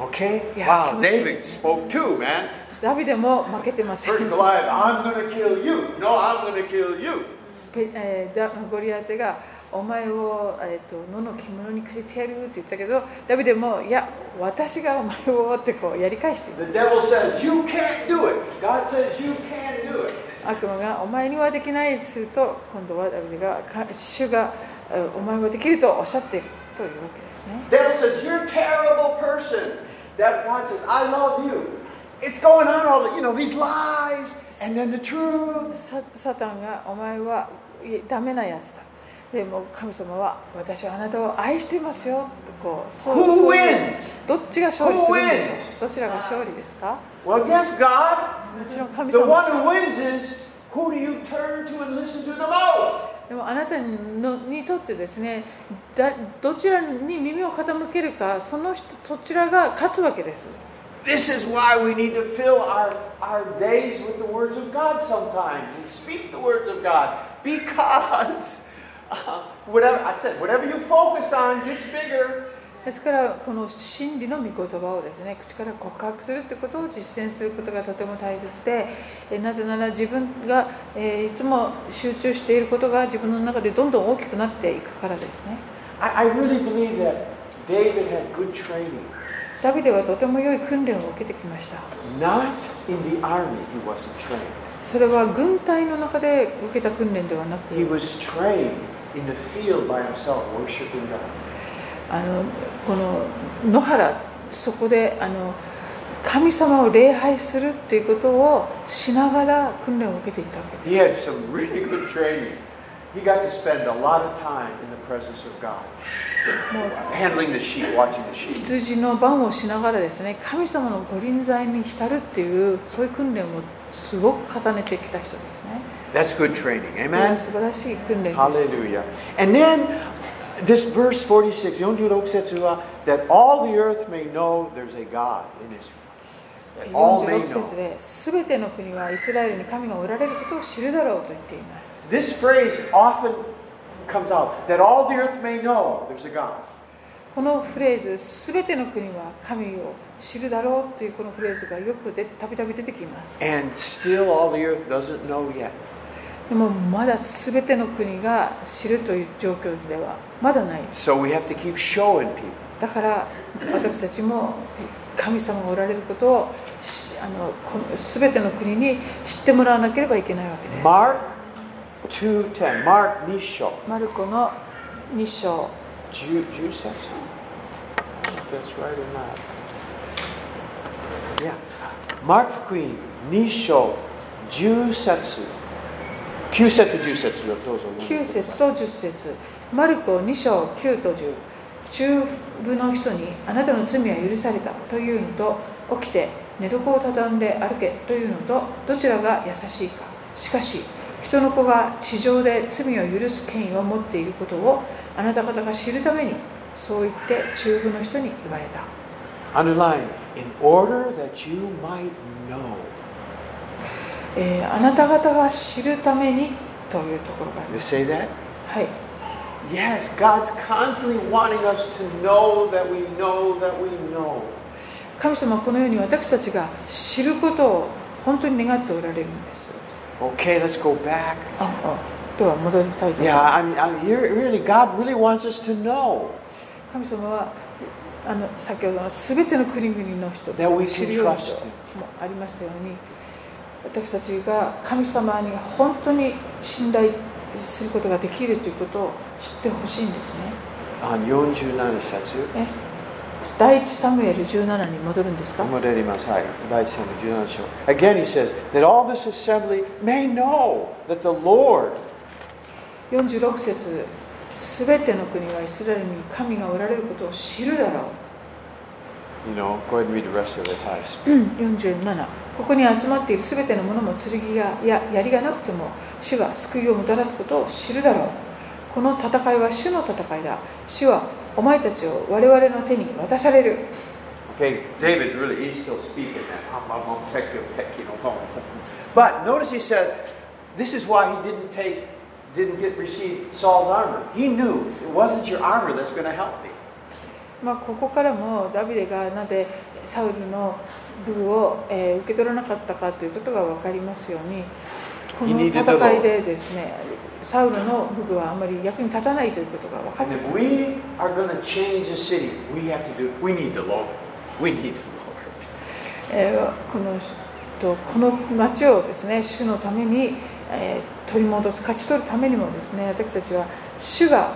A: Okay?
B: Yeah,
A: wow,
B: can we
A: David
B: change?
A: spoke too, man.
B: ダビデも負けてません
A: First Goliath, I'm going to kill you. No, I'm going to kill you.
B: ペえーダゴリアテがお前を、えー、と野の獣にくれてやるって言ったけどダビデもいや私がお前をってこうやり返している
A: The devil says, You can't do it. God says, You can do it.
B: 悪魔がお前にはできないすると今度はダビデがか主がえーお前はできるとおっしゃっているというわけですね
A: devil says, You're a terrible person. That God says, I love you. It's going on all the, you know, these lies and then the truth.
B: ササタンがお前はいえダメなやつだでも神様は私はあなたを愛していますよとこうそう
A: Who
B: そういう
A: wins?
B: どっちが勝利するんでし
A: Who
B: ょうどちらが勝利ですか
A: Well, yes, God.
B: もちろん神
A: The
B: 様
A: one who wins is who do you turn to and listen to the most?
B: でもあなたのにとってですねだどちらに耳を傾けるかその人どちらが勝つわけです
A: This is why we need to fill our, our days with the words of God sometimes and speak the words of God because uh, whatever I said, whatever you focus on gets bigger.
B: ですからこの真理の御言葉をですね口から告白するってことを実践することがとても大切でえなぜなら自分が、えーいつも集中していることが自分の中でどんどん大きくなっていくからですね
A: I, I really believe that David had good training.
B: ダビデはとても良い訓練を受けてきました
A: Not in the army, he wasn't trained.
B: それは軍隊の中で受けた訓練ではな
A: He
B: く
A: was trained in the field by himself, worshiping God.
B: あのこの野原そこであの神様を礼拝するっていうことをしながら訓練を受けていったわけです
A: He had some really good training. He got to spend a lot of time in the presence of God, handling the sheep, watching the sheep.
B: 羊の番をしながらですね神様の御臨在に浸るっていうそういう訓練をすごく重ねてきた人ですね
A: That's good training.
B: これは
A: Amen.
B: 素晴らしい訓練です
A: Hallelujah. And then this verse 46, 46節は that all the earth may know there's a God in Israel. That all may know.
B: 46節で全ての国はイスラエルに神がおられることを知るだろうと言っています
A: This phrase often comes out that all the earth may know there's a God.
B: このフレーズ全ての国は神を知るだろうというこのフレーズがよくでたびたび出てきます
A: And still, all the earth doesn't know yet.
B: でもまだ全ての国が知るという状況ではまだない
A: So we have to keep showing people.
B: だから私たちも神様がおられることをしあのこの全ての国に知ってもらわなければいけないわけです。
A: Mark 2.10. Mark Nisho.
B: マルコの2章
A: Jew, Jew said so. If That's right or not. Yeah. Mark Queen, Nisho, Jusetsu. Kyusetsu, Jusetsu. Those are
B: 9節と10節マルコ2章9と10中部の人にあなたの罪は許されたというのと起きて寝床を畳んで歩けというのとどちらが優しいかしかし人の子が地上で罪を許す権威を持っていることをあなた方が知るためにそう言って中部の人に言われた
A: Underline. In order that you might know.
B: えーあなた方が知るためにというところがありま
A: You
B: す。
A: say that?
B: はい。
A: Yes, God's constantly wanting us to know that we know that we know.
B: 神様はこのように私たちが知ることを本当に願っておられるんです。
A: Okay, let's go back.
B: ああでは戻りたいと思い
A: Yeah,
B: ます。
A: I'm, I'm, you're, really, God really wants us to know
B: 神様はあの先ほどの全ての国々の人
A: that we
B: を知
A: can
B: るように
A: trust
B: と
A: Him.
B: もありましたように私たちが神様に本当に信頼することができるということを知ってほしいんですね。
A: あ47節
B: ね第一サムエル17に戻るんですか
A: 戻ります。はい。第3の17章。Again, he says that all this assembly may know that the Lord
B: 46節すべての国はイスラエルに神がおられることを知るだろう
A: You know, go ahead and read the rest of it. Hi.
B: 47ここに集まっているすべてのものも剣がいや槍がなくても主が救いをもたらすことを知るだろうこの戦いは主の戦いだ主はお前たちを我々の手に渡される
C: Okay, David really he's still speaking that. "Hum, hum, hum, tech, yo, tech, you know, hum, hum."
A: But notice he says,
C: This is why he didn't take, didn't get receive Saul's armor. He knew it wasn't your armor that's going to help me.
B: まあ、ここからもダビデがなぜサウルの武を、えー受け取らなかったかということが分かりますようにこの
A: He needed the
B: 戦
A: Lord.
B: いでですねサウルの武はあまり役に立たないということが分かっ
C: And
B: て
C: if we are going to change the city, we have to do. We need the Lord. We need the Lord.
B: えーこのとこの町をですね主のために、えー取り戻す勝ち取るためにもですね私たちは主が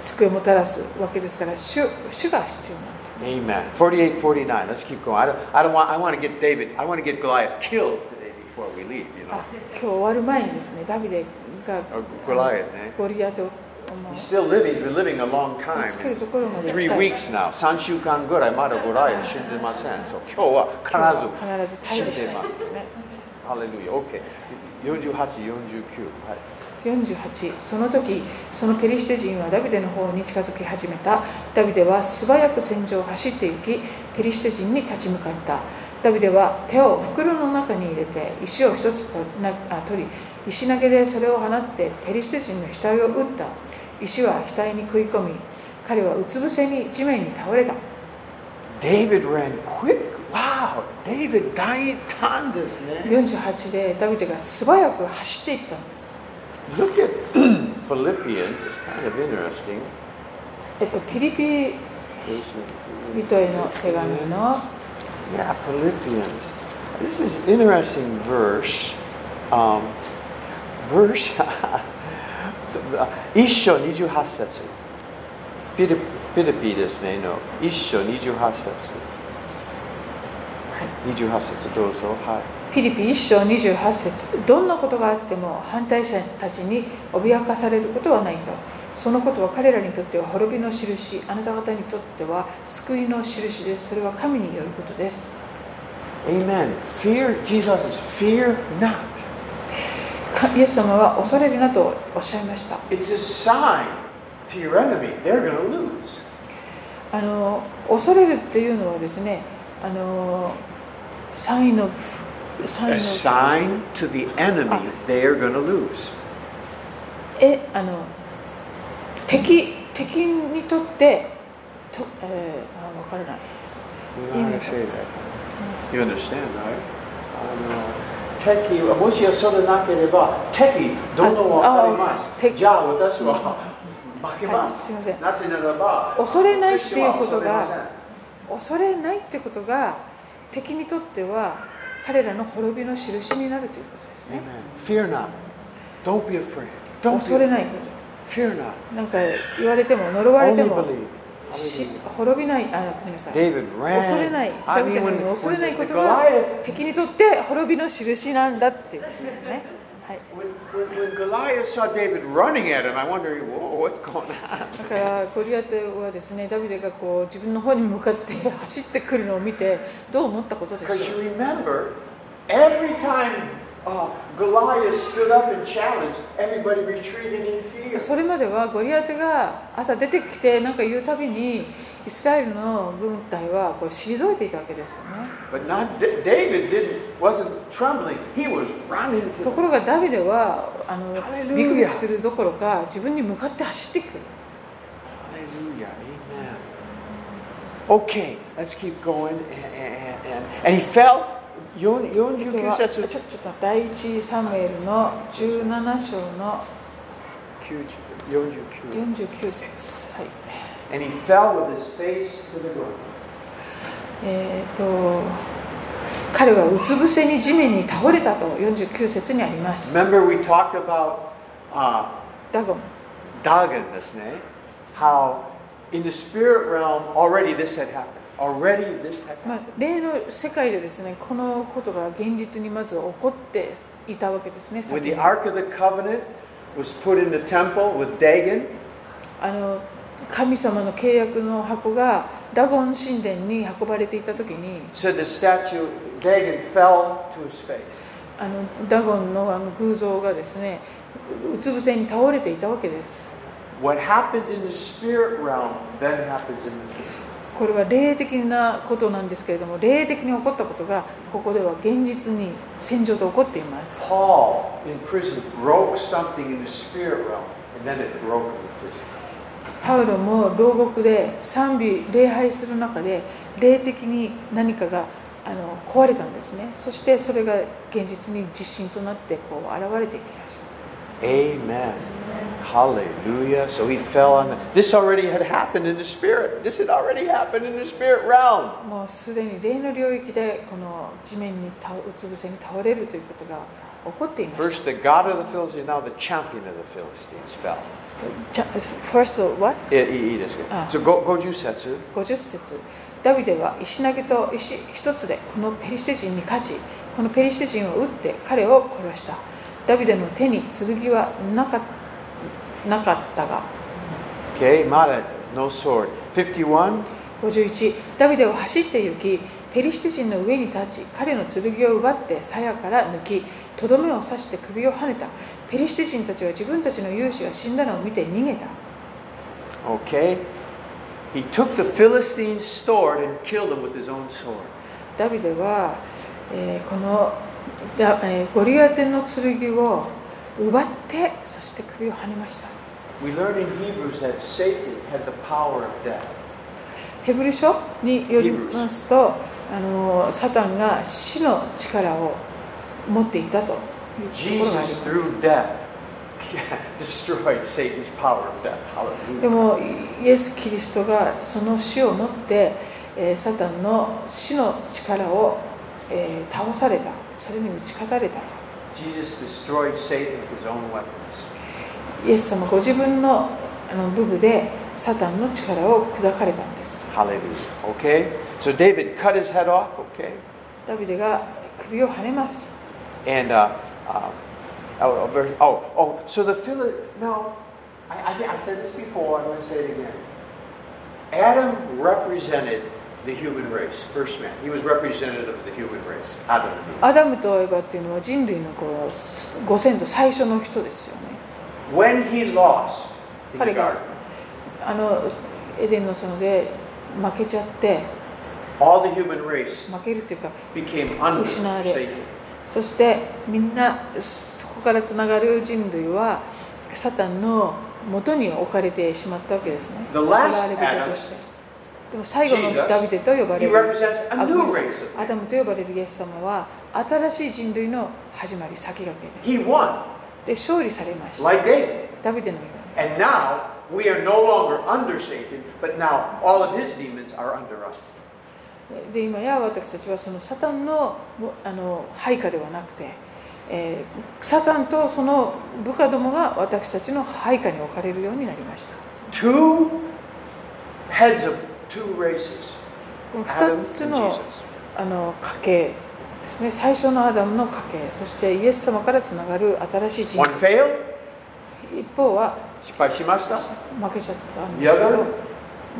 B: 救いをもたらすわけですから主主が必要なんで
A: Amen.
B: す
A: 48, 49. Let's keep going. I don't, I don't want, I want to get David, I want to get Goliath killed.
C: Today before we leave, you
B: あ
C: know.
B: 今日終わる前にですねダビデが
A: Or Goliath, eh?
B: ゴリアテをも
C: He's still living. He's been living a long
B: う
C: time.
B: 作るところまで
A: Three
B: 来た
A: weeks now. 3週間ぐらいまだゴライア死んでません。そう今日は必ず死んでます。
B: 必ず退治したいですね
A: Hallelujah. Okay. 48、49. はい。
B: 48その時そのペリシテ人はダビデの方に近づき始めたダビデは素早く戦場を走って行きペリシテ人に立ち向かったダビデは手を袋の中に入れて石を一つとなあ取り石投げでそれを放ってペリシテ人の額を打った石は額に食い込み彼はうつ伏せに地面に倒れた
A: David ran quick. Wow. David 大胆ですね。
B: 48でダビデが素早く走っていったんです
A: Look at Philippians. It's kind of interesting.
B: えっとピリピリ人への手紙の
A: Yeah, Philippians. This is interesting verse. Um, verse 一章二十八節。フィリフィリピンですねの一章二十八節。二十八節どうぞ。はい。
B: フィリピ1章28節どんなことがあっても反対者たちに脅かされることはないとそのことは彼らにとっては滅びの印あなた方にとっては救いの印ですそれは神によることです
A: Amen. Fear, Jesus says, fear not.
B: かイエス様は恐れるなとおっしゃいました
C: It's a sign to your enemy. They're going to lose.
B: あの恐れるっていうのはですねあのサインのサイ
A: A
B: ン
A: sign to the enemy they are going to lose.
B: えあの敵敵にとってと、えー、あ分からない
A: You know how to say that. You understand, right? Oh,
B: あ、あ、敵。はい、すいません恐れないっていうことが恐れないってことが敵にとっては彼らの滅びの印になるということですね
A: Amen. Fear not. Don't be afraid. Don't
B: 恐れ
A: be
B: ない
A: afraid.
B: こ
A: Fear not.
B: となんか言われても呪われ
A: Only
B: ても
A: believe.
B: し
A: Hallelujah.
B: 滅びないあごめんなさい
A: David
B: 恐れない
A: ran.
B: ダ
A: I
B: ビデ
A: mean,
B: のよう
A: when,
B: に恐れない
A: when
B: こ
A: the
B: とが
A: Goliath,
B: 敵にとって滅びの印なんだっていうことですね、はい、
A: when, when, when Goliath saw David running at him, I wonder, whoa, what's going on?
B: だからゴリアテはですねダビデがこう自分の方に向かって走ってくるのを見てどう思ったことでしょう
C: Because you remember, every time uh, Goliath stood up and challenged, everybody retreated in fear.
B: それまではゴリアテが朝出てきて何か言うたびにイスラエルの軍隊はこう退いていたわけですよね
C: But not Da- David didn't wasn't trembling. He was running to
B: ところがダビデはあの
A: Hallelujah.
B: ビクビクするどころか自分に向かって走ってくる
A: Hallelujah. Amen. Okay, let's keep going. And, and, and, and he fell.
B: では
A: 49
B: ちょちょっ
A: 節
B: と第一サムエルの17章の
A: 49
B: 49節はい
C: and he fell with his face to the ground.
B: えー、と彼はうつ伏せに地面に倒れたと49節にあります
A: Remember we talked about uh,
B: ダゴン
A: Dagon this name, how in the spirit realm already this had happened. Already this had
B: まあ、例の世界でですねこのことが現実にまず起こっていたわけですね
A: When
B: 先
A: the
B: に
A: Ark of the Covenant was put in the temple with Dagon,
B: あの神様の契約の箱がダゴン神殿に運ばれていた時に
A: said the statue, Dagon fell to his face.
B: あのダゴンのあの偶像がですねうつ伏せに倒れていたわけです
A: What happens in the spirit realm then happens in the physical.
B: これは霊的なことなんですけれども霊的に起こったことがここでは現実に戦場で起こっています
A: Paul in prison broke something in the spirit realm, and then it broke in the physical.
B: パウロも牢獄で賛美礼拝する中で霊的に何かがあの壊れたんですねそしてそれが現実に実信となってこう現れていきました
A: Amen. Hallelujah. So he fell on the, this already had happened in the spirit. This had already happened in the spirit realm.
B: もうすでに霊の領域でこの地面に倒うつ伏せに倒れるということが起こっていまし
A: First the God of the Philistines, now the champion of the Philistines fell.
B: た。First, what?
A: I- I- I- this good.
B: Ah.
A: So go go Jusetsu.
B: 50節ダビデは石投げと石一つでこのペリシテ人に勝ちこのペリシテ人を撃って彼を殺したダビデの手に剣はなかなかったが
A: Okay, Mara, no sword. 51.
B: 51ダビデは走って行きペリシテ人の上に立ち彼の剣を奪って鞘から抜きとどめを刺して首をはねたペリシテ人たちは自分たちの勇士が死んだのを見て逃げた
A: Okay. He took the Philistine's sword and killed him with his own sword.
B: ダビデは、えーこのだ、えーゴリアテの剣を奪ってそして首をはねました
A: We learn in Hebrews that Satan had the power of death.
B: ヘブル書によりますとあのサタンが死の力を持っていたというところがありま
A: Jesus
B: す
A: through death destroyed Satan's power of death. Hallelujah.
B: でもイエス・キリストがその死をもって、えーサタンの死の力を、えー倒されたそれに打ち勝たれた
A: Jesus destroyed Satan with his own weapons.
B: イエス様ご自分のあの武具でサタンの力を砕かれたんです
A: Hallelujah. Okay? So David cut his head off, okay?
B: ダビデが首をはねます
A: And, uh, uh, oh, oh, verse, oh, oh, so the Phil. No, I, I, think I said this before, I'm going to say it again. Adam represented the human race, first man. He was representative of the human race, Adam and Eve.
B: アダムとエバっていうのは人類のこうご先祖最初の人ですよね
A: When he lost in the
B: 彼が
A: garden,
B: あのエデンの園で負けちゃって
A: all the human race
B: 負けるっていうか
A: became under
B: Missionary.
A: Satan.
B: そしてみんなそこからつながる人類はサタンの元に置かれてしまったわけですね。
A: The last
B: 囚われ人としてでも最後のダビデと呼ば
A: He
B: れる
A: represents a new race of
B: アダムと呼ばれるイエス様は新しい人類の始まり先駆け
A: He won,
B: ですで勝利されました
A: like David.
B: ダビデのように
A: And now we are no longer under Satan, but now all of his demons are under us.
B: で今や私たちはそのサタンのもあの配下ではなくて、えーサタンとその部下どもが私たちの配下に置かれるようになりました
A: Two heads of two races,
B: この
A: Adam
B: 2
A: and
B: つの
A: Jesus.
B: あの家系ですね最初のアダムの家系そしてイエス様からつながる新しい人
A: One failed,
B: 類一方は
A: shipashimashita.
B: 負けちゃったん
A: The
B: ですけ
A: other,
B: ど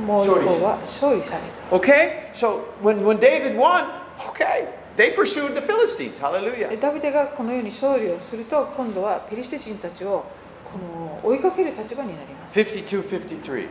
B: もう一方は勝利された
A: okay. So when, when David won, okay, they pursued the Philistines.
B: で
A: Hallelujah.
B: ダビデがこのように勝利をすると今度はペリシテ人たちをこの追いかける立場になります
A: 52 53.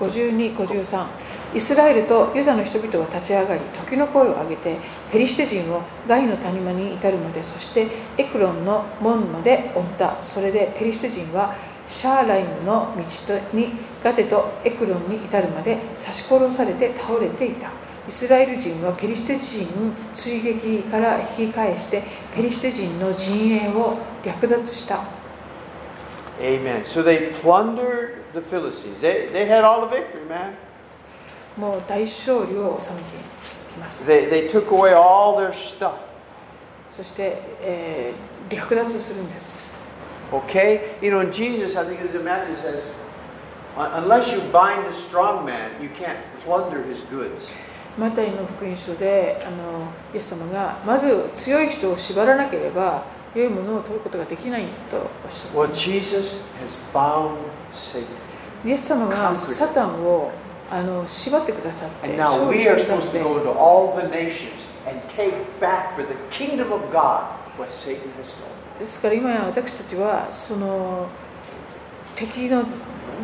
B: 52、53イスラエルとユダの人々は立ち上がり時の声を上げてペリシテ人をガイの谷間に至るまでそしてエクロンの門まで追ったそれでペリシテ人はシャーライムの道とにガテとエクロンに至るまで刺し殺されて倒れていたイスラエル人はペリシテ人追撃から引き返してペリシテ人の陣営を略奪した
A: Amen. So they plundered the Philistines. They, they had all the victory, man.
B: もう大勝利を収めてきます
A: They, they took away all their stuff.
B: そして、えー略奪するんです
A: Okay? You know, Jesus, I think it was in Matthew, says, "Un- unless you bind the strong man, you can't plunder his goods.
B: マタイの福音書であのイエス様がまず強い人を縛らなければ良いものを取ることができないとおっしゃっ
A: Well, Jesus has bound Satan.
B: たイエス様が
A: Conquered.
B: サタンをあの縛ってくださって
A: And
B: 勝
A: now
B: 利
A: we
B: さ
A: are
B: れ
A: supposed
B: たの
A: to
B: で
A: go to all the nations and take back for the kingdom of God what Satan has stolen.
B: ですから今や私たちはその敵の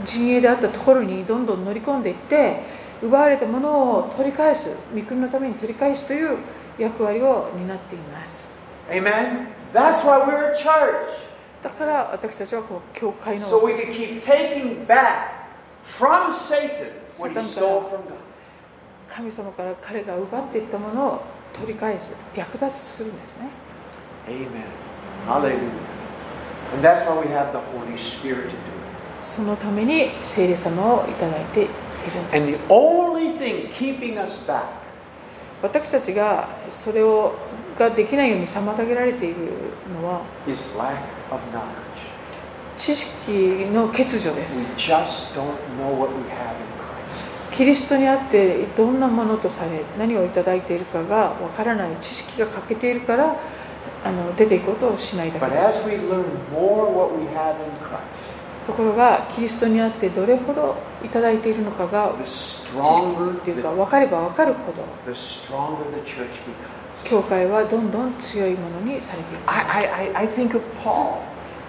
B: 陣営であったところにどんどん乗り込んでいって奪われたものを取り返す御国のために取り返すという役割を担っています
A: Amen? That's why we're a church.
B: だから私たちはこう教会の
A: So we can keep taking back from Satan what he
B: Satanから.
A: stole from God.
B: 神様から彼が奪っていったものを取り返す略奪するんですね
A: Amen. Hallelujah. And that's why we have the Holy Spirit to do it.
B: そのために聖霊様をいただいているん
A: And the
B: です
A: only thing keeping us back
B: 私たちがそれをができないように妨げられているのは
A: is lack of knowledge.
B: 知識の欠如で
A: We
B: す
A: just don't know what we have in Christ.
B: キリストにあってどんなものとされ何をいただいているかがわからない知識が欠けているからあの出ていくことをしないだけ
A: But
B: です
A: as we learn more what we have in Christ,
B: ところがキリストにあってどれほどいただいているのかが
A: the
B: 知識
A: stronger
B: っていうか
A: the,
B: 分かれば分かるほど
A: the stronger the church becomes.
B: 教会はどんどん強いものにされていく
A: I, I- I, I think of Paul.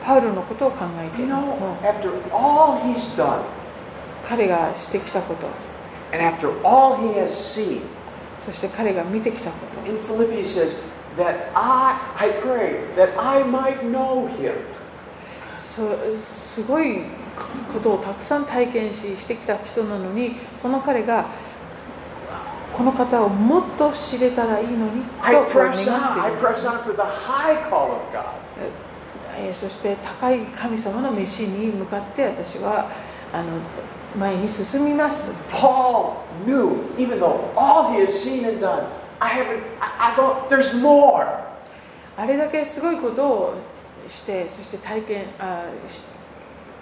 B: パウロのことを考えて
A: You
B: いる
A: know,
B: も
A: after all he's done
B: 彼がしてきたこと
A: and after all he has seen,
B: そして彼が見てきたこと
A: In Philippians it says that I I pray that I might know him.
B: そすごいことをたくさん体験ししてきた人なのにその彼がこの方をもっと知れたらいいのに
A: I
B: と願って
A: press
B: いる
A: on. I
B: んです
A: press on for the high call of God.
B: えーそして高い神様の飯に向かって私はあの前に進みますと
A: Paul knew, even though all he has seen and done, I haven't I, I don't there's more.
B: あれだけすごいことをしてそして体験あし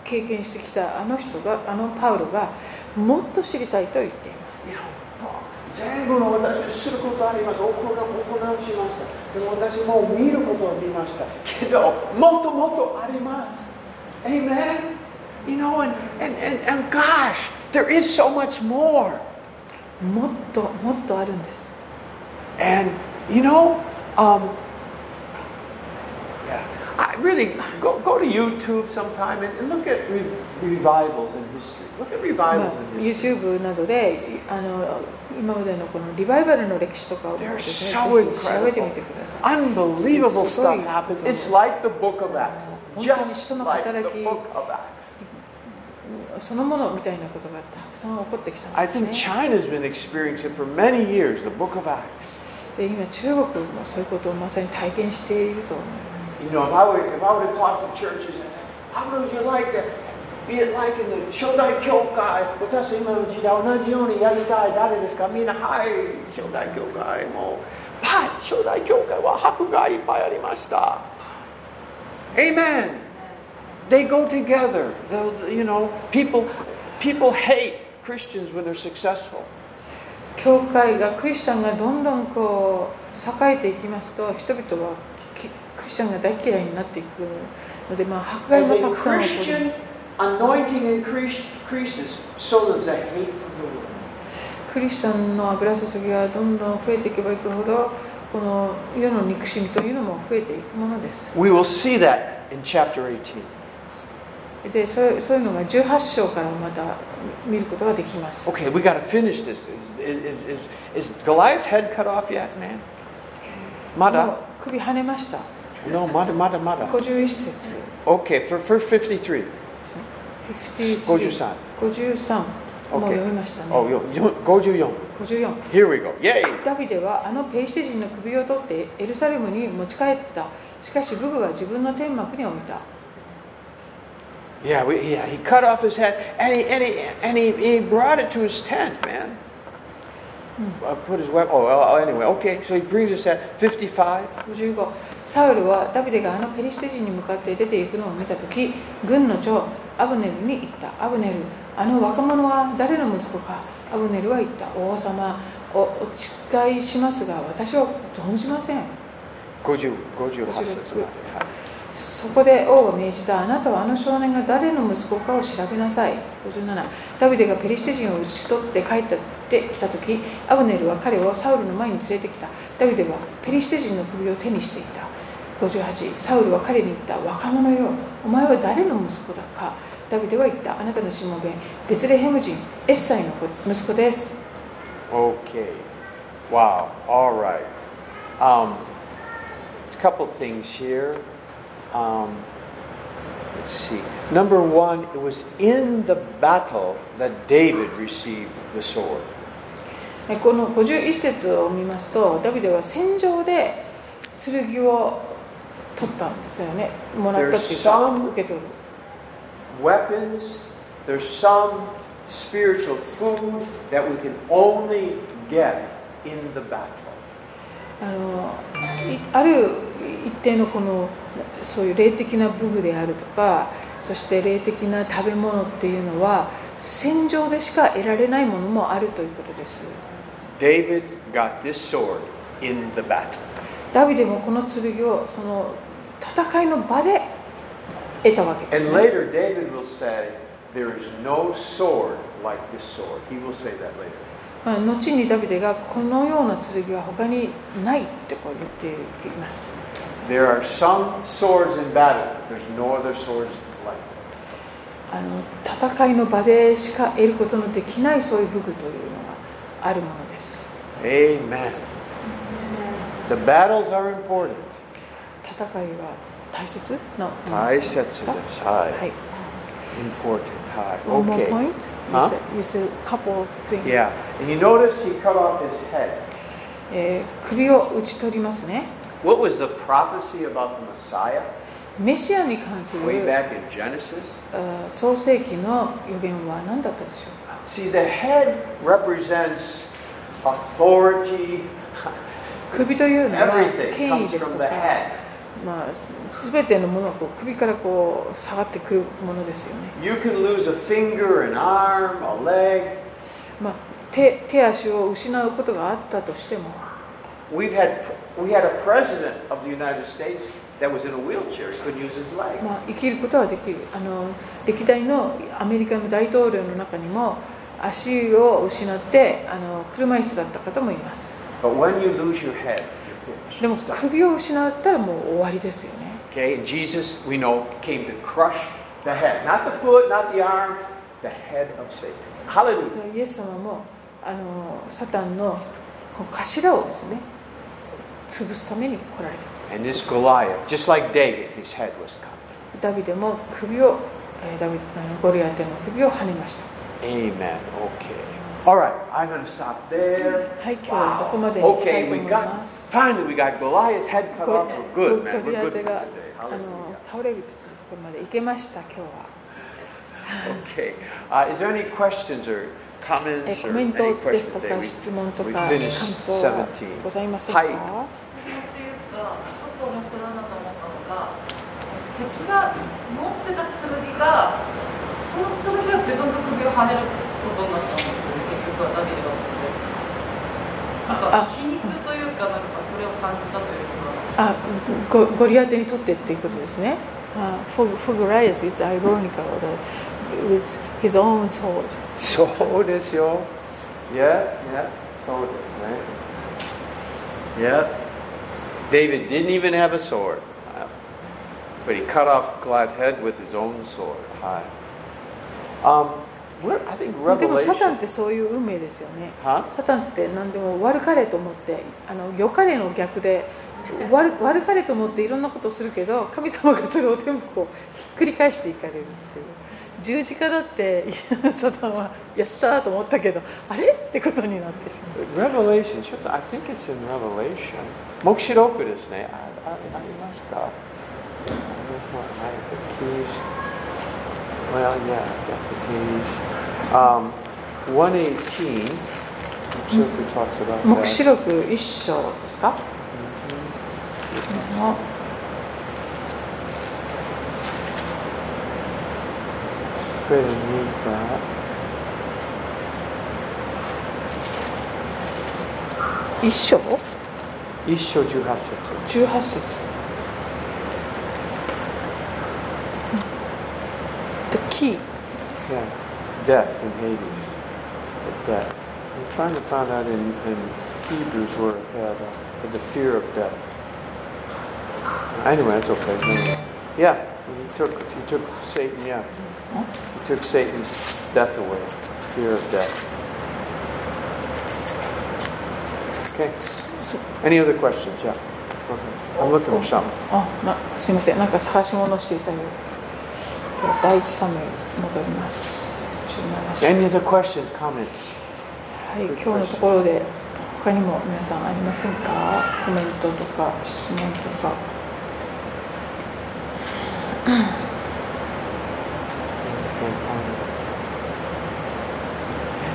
B: 経験してきたあの人があのパウロがもっと知りたいと言っています
A: You know, Paul, 全部の私を知ることはあります。行う行うしました。でも私も見ることを見ました。けど、もっともっとあります。Amen? You know, and, and, and, and gosh, there is so much more.
B: もっともっとあるんです
A: And you know, um, yeah, I really go, go to YouTube sometime and, and look at re- revivals in history. Look at
B: ま
A: revivals
B: あ
A: in history.
B: YouTube などであの今までのこのリバイバルの歴史とかをです
A: They're so
B: ねぜひ調べてみてください
A: Unbelievable
B: It's
A: stuff
B: so-
A: happened. It's like the book of Acts. Just
B: 本当に人の働き。
A: like the book of Acts.
B: そのものみたいなことがたくさん起こってきた
A: I
B: んです、ね
A: think、China's been experiencing it for many years, the book of Acts.
B: で今中国もそういうことをまさに体験していると思います
A: You know, if I would if I would have talked to churches, how would you like that? Be it like in the 初代教会、私今の時代同じようにやりたい、誰ですかみんな、はい、初代教会も、はい、初代教会は白がいっぱいありました。Amen! They go together. They'll- You know, people, people hate Christians when they're successful.
B: 教会がクリスチャンがどんどんこう栄えていきますと人々はきクリスチャンが大嫌いになっていくので、まあ、迫害
A: As
B: も
A: a
B: たくさん起こりま
A: Christian,
B: す
A: anointing increase- increases, so does the hate from the world.
B: クリスチャンの油注ぎがどんどん増えていけばいくほどこの世の憎しみというのも増えていくものです
A: We will see that in chapter 18.
B: でそうそういうのが18章からまた見ることができます。
A: Okay, we got to finish this. Is, is, is, is, is Goliath's head cut off yet, man?
B: もう
A: Mada?
B: 首跳ねました。
A: No, mada, mada, mada.
B: 51節。
A: Okay, for, for 53. 53.
B: 53。もう読みました
A: Oh,
B: ね。
A: yo, yo, Goju Yong.
B: 54。
A: Here we go. Yay!
B: ダビデはあのペリシテ人の首を取ってエルサレムに持ち帰った。しかし武具は自分の天幕に置いた。
A: Yeah, we, yeah, he cut off his head and he, and he, and he, he brought it to his tent, man. Uh, put his weapon. Oh, well, anyway, okay. So he brings his head. 55.
B: 55サウルはダビデがあのペリシテ人に向かって出ていくのを見た時軍の長アブネルに言ったアブネルあの若者は誰の息子かアブネルは言った王様おお誓いしますが私は存じません
A: Goju, Goju
B: 56そこで王が命じたあなたはあの少年が誰の息子かを調べなさい57ダビデがペリシテ人を打ち取って帰ってきた時アブネルは彼をサウルの前に連れてきたダビデはペリシテ人の首を手にしていた58サウルは彼に言った若者よお前は誰の息子だかダビデは言ったあなたのしもべベツレヘム人エッサイの子息子です
A: Okay. Wow. All right. Um, a couple things here. Um, let's see. Number one, it was in the battle that David received the sword.
B: えこの51節を見ますとダビデは戦場で剣を取ったんですよねもらったっていうか
A: There's some-
B: 受け取る
C: Weapons, there's some spiritual food that we can only get in the battle.
B: あのいある一定のこのそういう霊的な武具であるとかそして霊的な食べ物っていうのは戦場でしか得られないものもあるということです
A: David got this sword in the battle.
B: ダビデもこの剣をその戦いの場で得たわけです、
C: And
B: ね、
C: later, David will say, There is no sword like this sword. He will say that later.
B: まあ後にダビデがこのような剣は他にないってこう言っています
C: There are some swords in battle, there's no other swords like them.
B: あの戦いの場でしか得ることのできないそういう武具というのがあるものです
A: Amen. The battles are important.
B: 戦いは大切なもの
A: High sets of
B: は
A: this. High.
B: い
A: Important. High.
B: One more
A: Okay.
B: point
A: Huh?
B: You said- you said couple of things.
A: Yeah.
C: And you notice he cut off his head.
B: えー首を打ち取りますね
C: What was the prophecy about the Messiah
B: メシアに関す
C: way
B: る
C: back in Genesis?
B: あー創世記の予言は何だったでしょうか
C: See, the head represents authority.
B: 首というのは
C: Everything
B: 権威
C: comes
B: です
C: from
B: と
C: the
B: か
C: head.
B: まあ、すべてのものがこう首からこう下がってくるものですよね、
C: You can lose a finger, an arm, a leg.
B: まあ、手手足を失うことがあったとしても
C: We've had we had a president of the United States that was in a wheelchair. He couldn't use his legs.
B: まあ、生きることはできるあの歴代のアメリカの大統領の中にも足を失ってあの車椅子だった方もいます
C: But when you lose your head, you're finished.
B: でも
C: Stop.
B: 首を失ったらもう終わりですよね
C: Okay, and Jesus, we know, came to crush the head, not the foot, not the arm, the head of Satan. Hallelujah.
B: イエス様もあのサタンのこう頭をですね潰すために来られた
A: And this Goliath, just like David, his head was cut.
B: ダビデも首を、えーダビあのゴリアテの首を跳ねまし
A: Amen. Okay.
C: All right, I'm going to stop there.
B: たはい今日はここまでにしたい
A: Okay,
B: と
A: we
B: 思いま
A: got
B: す
A: finally we got Goliath head cut
B: ゴ
A: off. We're good, man.
B: ゴリ
A: We're good
B: ア
A: for
B: テが
A: today.
B: あの倒れるところまで行けました今日は
A: Okay. Uh, is there any questions or
B: え
A: comments
B: コ
A: or
B: メン
A: any
B: トです
A: questions
B: と
A: today?
B: か
A: We,
B: 質問と
A: we
B: か感
A: finished
B: 想はご
A: 17.
B: ざいませんか、
A: はい
D: 質問というかちょっと面白いなと思ったのが敵が持ってた剣がその剣が自分の首をはねることになっちゃうんですよね結局はダビデが
B: あ
D: 持ってなんか皮肉というかなんかそれを感じたというか
B: あゴゴリアテにとってっていうことですね。あ for, for Goliath, it's ironical that with his own sword.
A: So this yo. Yeah, yeah. So this, man. Uh, Yeah. David didn't even have a sword.
E: but he cut off Goliath's head with his own sword.
A: はい。Um, we're, I think
B: でもサタン
A: Revelation.
B: ってそういう運命ですよね。
A: は
B: サタンって何でも悪かれと思ってあの良かれの逆で悪悪かれと思っていろんなことをするけど神様がそれを全部こうひっくり返していかれるっていう十字架だって いやサタンはやったーと思ったけどあれってことになってしまう
A: Revelation. ちょっと I think it's in Revelation. 黙示録ですね。ああありますか I don't know. I have the keys. Well, yeah, I've got the keys. Um, 118. 黙示録 talks about
B: 黙
A: that.
B: 示録一章ですか、の
A: プレミバ
B: 一章
A: 一章十八節。
B: 十八節うんでキー
A: Yeah. Death in Hades. The death. I'm trying to find out in, in Hebrews where it had uh, the fear of death. Anyway, that's okay. Anyway. Yeah, he took he took Satan. Yeah, he took Satan's death away. Fear of death. Okay. Any other questions? Yeah. Go ahead. I'm looking for something.
B: あなすいませんなんか探し物していたようですでは第一サムエル戻ります17章
A: Any other questions? Comments?
B: はい今日のところで他にも皆さんありませんかコメントとか質問とか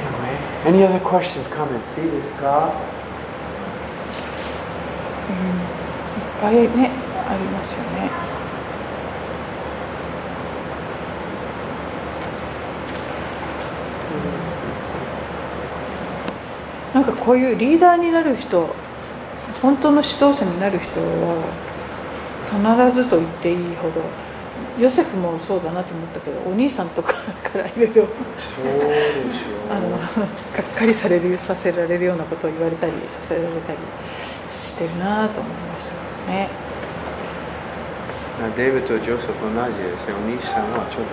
A: Anyway, any other questions, comments? See this God?
B: いっぱいねありますよねなんかこういうリーダーになる人本当の指導者になる人は必ずと言っていいほどヨセフもそうだなと思ったけどお兄さんとかからいろいろあのがっかりされるさせられるようなことを言われたりさせられたりしてるなと思いましたけどね。
E: Now, David とジョセフ同じですね。お兄さんはちょっ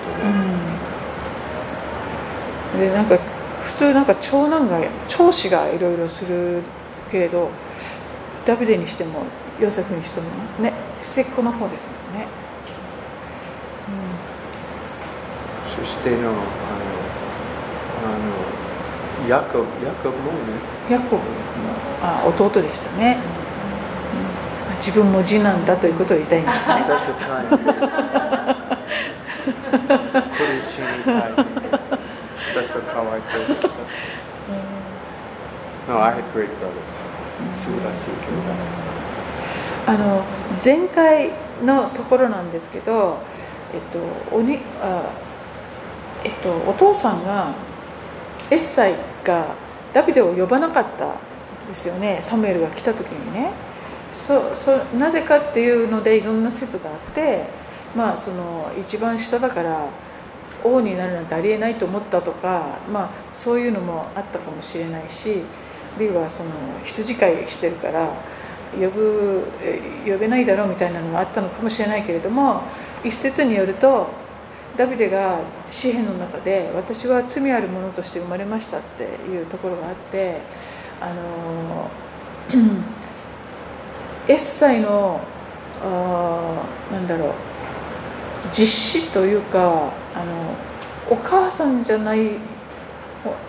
E: とね。
B: でなんか普通なんか長男が長子がいろいろするけれどダビデにしてもヨセフにしてもね末っ子の方ですもんね
E: そしての、あの、eh, ah, あの、ヤコブ、ヤコブもね、
B: ヤコブのあ弟でしたね、うん自分も次男だということを言いたいんですね
E: 私を変えて苦しみたいです。私はかわいそうでした。No, I had great brothers. 素晴らしい兄弟。
B: あの前回のところなんですけど、えっとおにあえっと、お父さんがエッサイがダビデを呼ばなかったんですよねサムエルが来た時にねそそなぜかっていうのでいろんな説があってまあその一番下だから王になるなんてありえないと思ったとか、まあ、そういうのもあったかもしれないしあるいはその羊飼いしてるから呼ぶえ呼べないだろうみたいなのがあったのかもしれないけれども一説によるとダビデが詩篇の中で「私は罪ある者として生まれました」っていうところがあってあの エッサイのあーなんだろう実施というかあのお母さんじゃない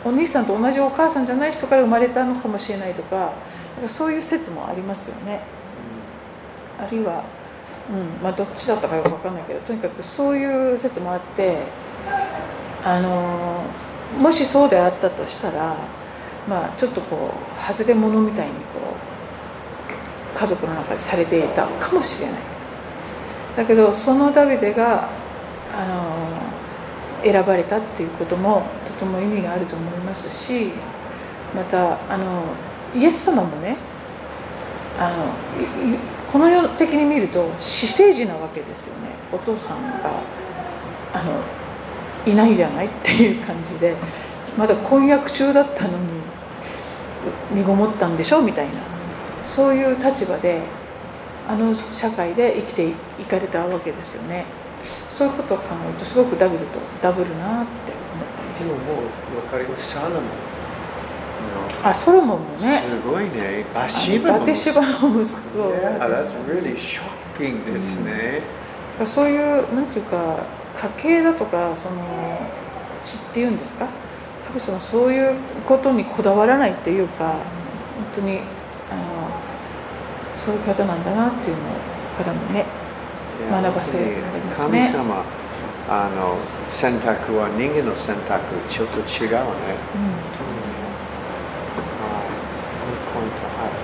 B: おお兄さんと同じお母さんじゃない人から生まれたのかもしれないとかなんかそういう説もありますよね、あるいは、うんまあ、どっちだったかよく分かんないけどとにかくそういう説もあってあのもしそうであったとしたら、まあ、ちょっとこう外れ者みたいにこう家族の中でされていたかもしれないだけどそのダビデがあの選ばれたっていうこともとても意味があると思いますしまたあのイエス様もねあのいいこの世的に見ると私生児なわけですよねお父さんがあのいないじゃないっていう感じでまだ婚約中だったのに身ごもったんでしょみたいなそういう立場であの社会で生きていいかれたわけですよねそういうことを考えるとすごくダブルとダブルなって思ったりし
A: でももう分かりますサラモン
B: あソロモンもね
A: すごいねバ
B: あ
A: シ
B: の
A: ーバ
B: バ
A: も
B: テシバの息子
A: Yeah, that's really shocking ですね、
B: そういうなんていうか家系だとかその血っていうんですか神様そういうことにこだわらないというか本当にあのそういう方なんだなっていうのからもね学ばせられますね
A: 神様あの選択は人間の選択ちょっと違うね、はい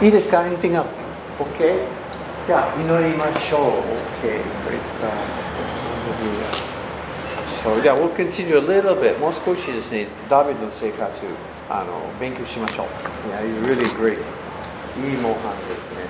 A: いいですか anything else OK じゃあ祈りましょう OK praise God Hallelujah. So, yeah, we'll continue a little bit. もう少しですね、ダビデの生活あの勉強しましょう。いや、really great. いい模範ですね。